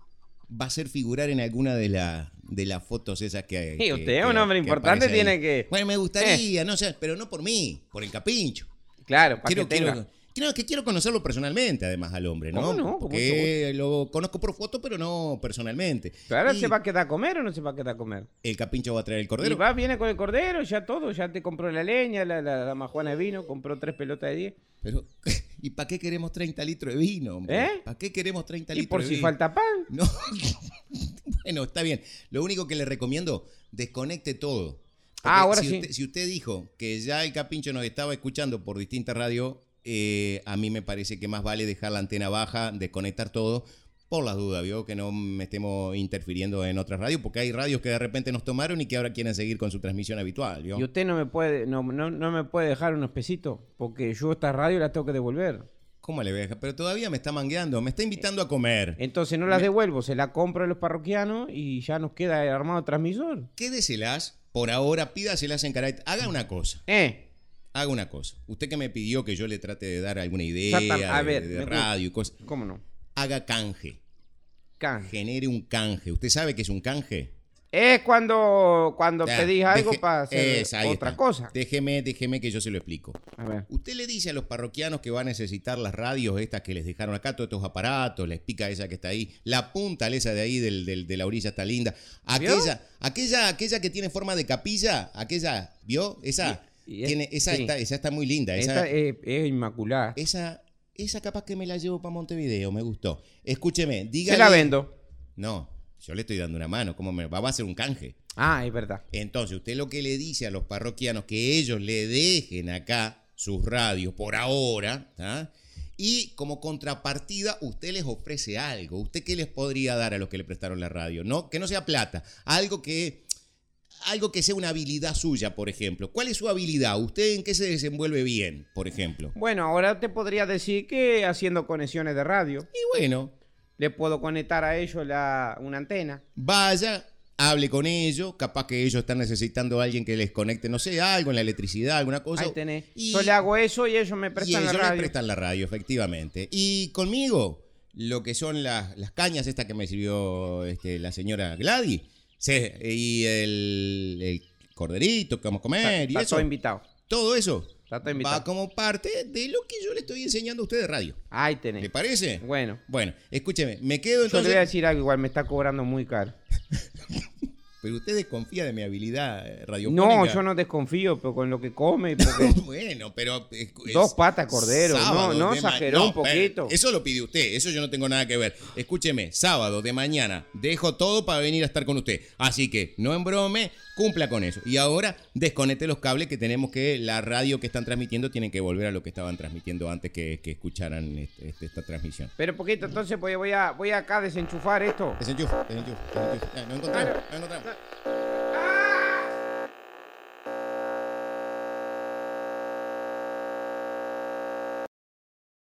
S2: va a ser figurar en alguna de, la, de las fotos esas que hay.
S1: Y usted es un hombre importante, tiene que- Eh.
S2: Bueno, me gustaría, no sé, pero no por mí, por el capincho.
S1: Claro, para
S2: quiero,
S1: que tenga.
S2: quiero- quiero- es que quiero conocerlo personalmente, además, al hombre, ¿no?
S1: ¿Cómo no? Con
S2: Porque lo conozco por foto, pero no personalmente.
S1: Claro,
S2: Y
S1: ¿se va a quedar a comer o no se va a quedar a comer?
S2: El capincho va a traer el
S1: Y
S2: cordero.
S1: va, viene con el cordero, ya todo, ya te compró la leña, la, la, la majuana de vino, compró tres pelotas de 10.
S2: Pero, ¿y para qué queremos 30 litros de vino, hombre?
S1: ¿Eh?
S2: ¿Para qué queremos 30
S1: Y
S2: litros
S1: por
S2: de
S1: si
S2: vino?
S1: falta pan.
S2: No. bueno, está bien. Lo único que le recomiendo, desconecte todo.
S1: Ah, ahora
S2: si
S1: sí.
S2: Usted, si usted dijo que ya el capincho nos estaba escuchando por distintas radios, eh, a mí me parece que más vale dejar la antena baja, desconectar todo. Por las dudas, vio que no me estemos interfiriendo en otras radios, porque hay radios que de repente nos tomaron y que ahora quieren seguir con su transmisión habitual, ¿vio?
S1: Y usted no me puede, no, no, no me puede dejar unos pesitos, porque yo esta radio la tengo que devolver.
S2: ¿Cómo le voy a dejar? Pero todavía me está mangueando, me está invitando a comer.
S1: Entonces no las devuelvo, se la compro a los parroquianos y ya nos queda armado el transmisor.
S2: Quédeselas, por ahora, pídaselas en carácter. Haga una cosa.
S1: Eh,
S2: Haga una cosa. Usted que me pidió que yo le trate de dar alguna idea
S1: Exactam- a
S2: de-
S1: ver,
S2: de,
S1: me gusta.
S2: radio y cosas.
S1: ¿cómo no?
S2: Haga canje.
S1: Canje.
S2: Genere un canje. ¿Usted sabe qué es un canje?
S1: Es cuando, cuando
S2: Ah,
S1: pedís algo
S2: deje-
S1: para hacer
S2: Esa, ahí
S1: otra
S2: está.
S1: cosa.
S2: Déjeme, déjeme que yo se lo explico.
S1: A ver.
S2: Usted le dice a los parroquianos que va a necesitar las radios estas que les dejaron acá, todos estos aparatos, la espica esa que está ahí, la punta esa de ahí del, del- de la orilla está linda.
S1: ¿Vio?
S2: Aquella, aquella, aquella que tiene forma de capilla, aquella, ¿vio? Esa,
S1: Y- y es-
S2: tiene, esa,
S1: sí.
S2: está, esa está muy linda. Esa,
S1: Esta es, es inmaculada.
S2: Esa, esa capaz que me la llevo para Montevideo, me gustó. Escúcheme, dígale.
S1: Se la vendo.
S2: No, Yo le estoy dando una mano, ¿cómo me va a hacer un canje?
S1: Ah, es verdad.
S2: Entonces, usted lo que le dice a los parroquianos que ellos le dejen acá sus radios por ahora, ¿tá? y como contrapartida, usted les ofrece algo. ¿Usted qué les podría dar a los que le prestaron la radio? No, que no sea plata, algo que. Algo que sea una habilidad suya, por ejemplo. ¿Cuál es su habilidad? ¿Usted en qué se desenvuelve bien, por ejemplo?
S1: Bueno, ahora te podría decir que haciendo conexiones de radio,
S2: Y bueno,
S1: le puedo conectar a ellos la, una antena.
S2: vaya, hable con ellos, capaz que ellos están necesitando a alguien que les conecte, no sé, algo en la electricidad, alguna cosa.
S1: Ahí tenés.
S2: Y-
S1: Yo le hago eso y ellos me
S2: Y
S1: prestan
S2: ellos
S1: la
S2: me
S1: radio.
S2: prestan la radio, efectivamente. Y conmigo, lo que son las, las cañas estas que me sirvió este, la señora Gladys, se- y el, el corderito que vamos a
S1: Está-
S2: comer, y
S1: está
S2: eso,
S1: todo invitado.
S2: todo eso
S1: está todo invitado.
S2: va como parte de lo que yo le estoy enseñando a usted de radio.
S1: Ahí
S2: ¿Le
S1: tenés.
S2: parece?
S1: Bueno,
S2: Bueno, escúcheme, me
S1: yo
S2: quedo
S1: le voy a
S2: entonces...
S1: decir algo igual, me está cobrando muy caro.
S2: Pero usted desconfía de mi habilidad eh, radiofónica.
S1: No, yo no desconfío, pero con lo que come, porque
S2: Bueno, pero... eh, es-
S1: dos patas cordero,
S2: Sábado
S1: no, no
S2: de ma-
S1: exageró
S2: no,
S1: un poquito.
S2: pero Eso lo pide usted, eso yo no tengo nada que ver. Escúcheme, sábado de mañana dejo todo para venir a estar con usted. Así que no embrome, cumpla con eso. Y ahora desconecte los cables que tenemos que la radio que están transmitiendo tienen que volver a lo que estaban transmitiendo antes que, que escucharan este- este- esta transmisión.
S1: Pero poquito, entonces voy, voy a voy acá a desenchufar esto.
S2: Desenchufa, desenchufa, desenchufa. Ah, No encontramos, no encontramos.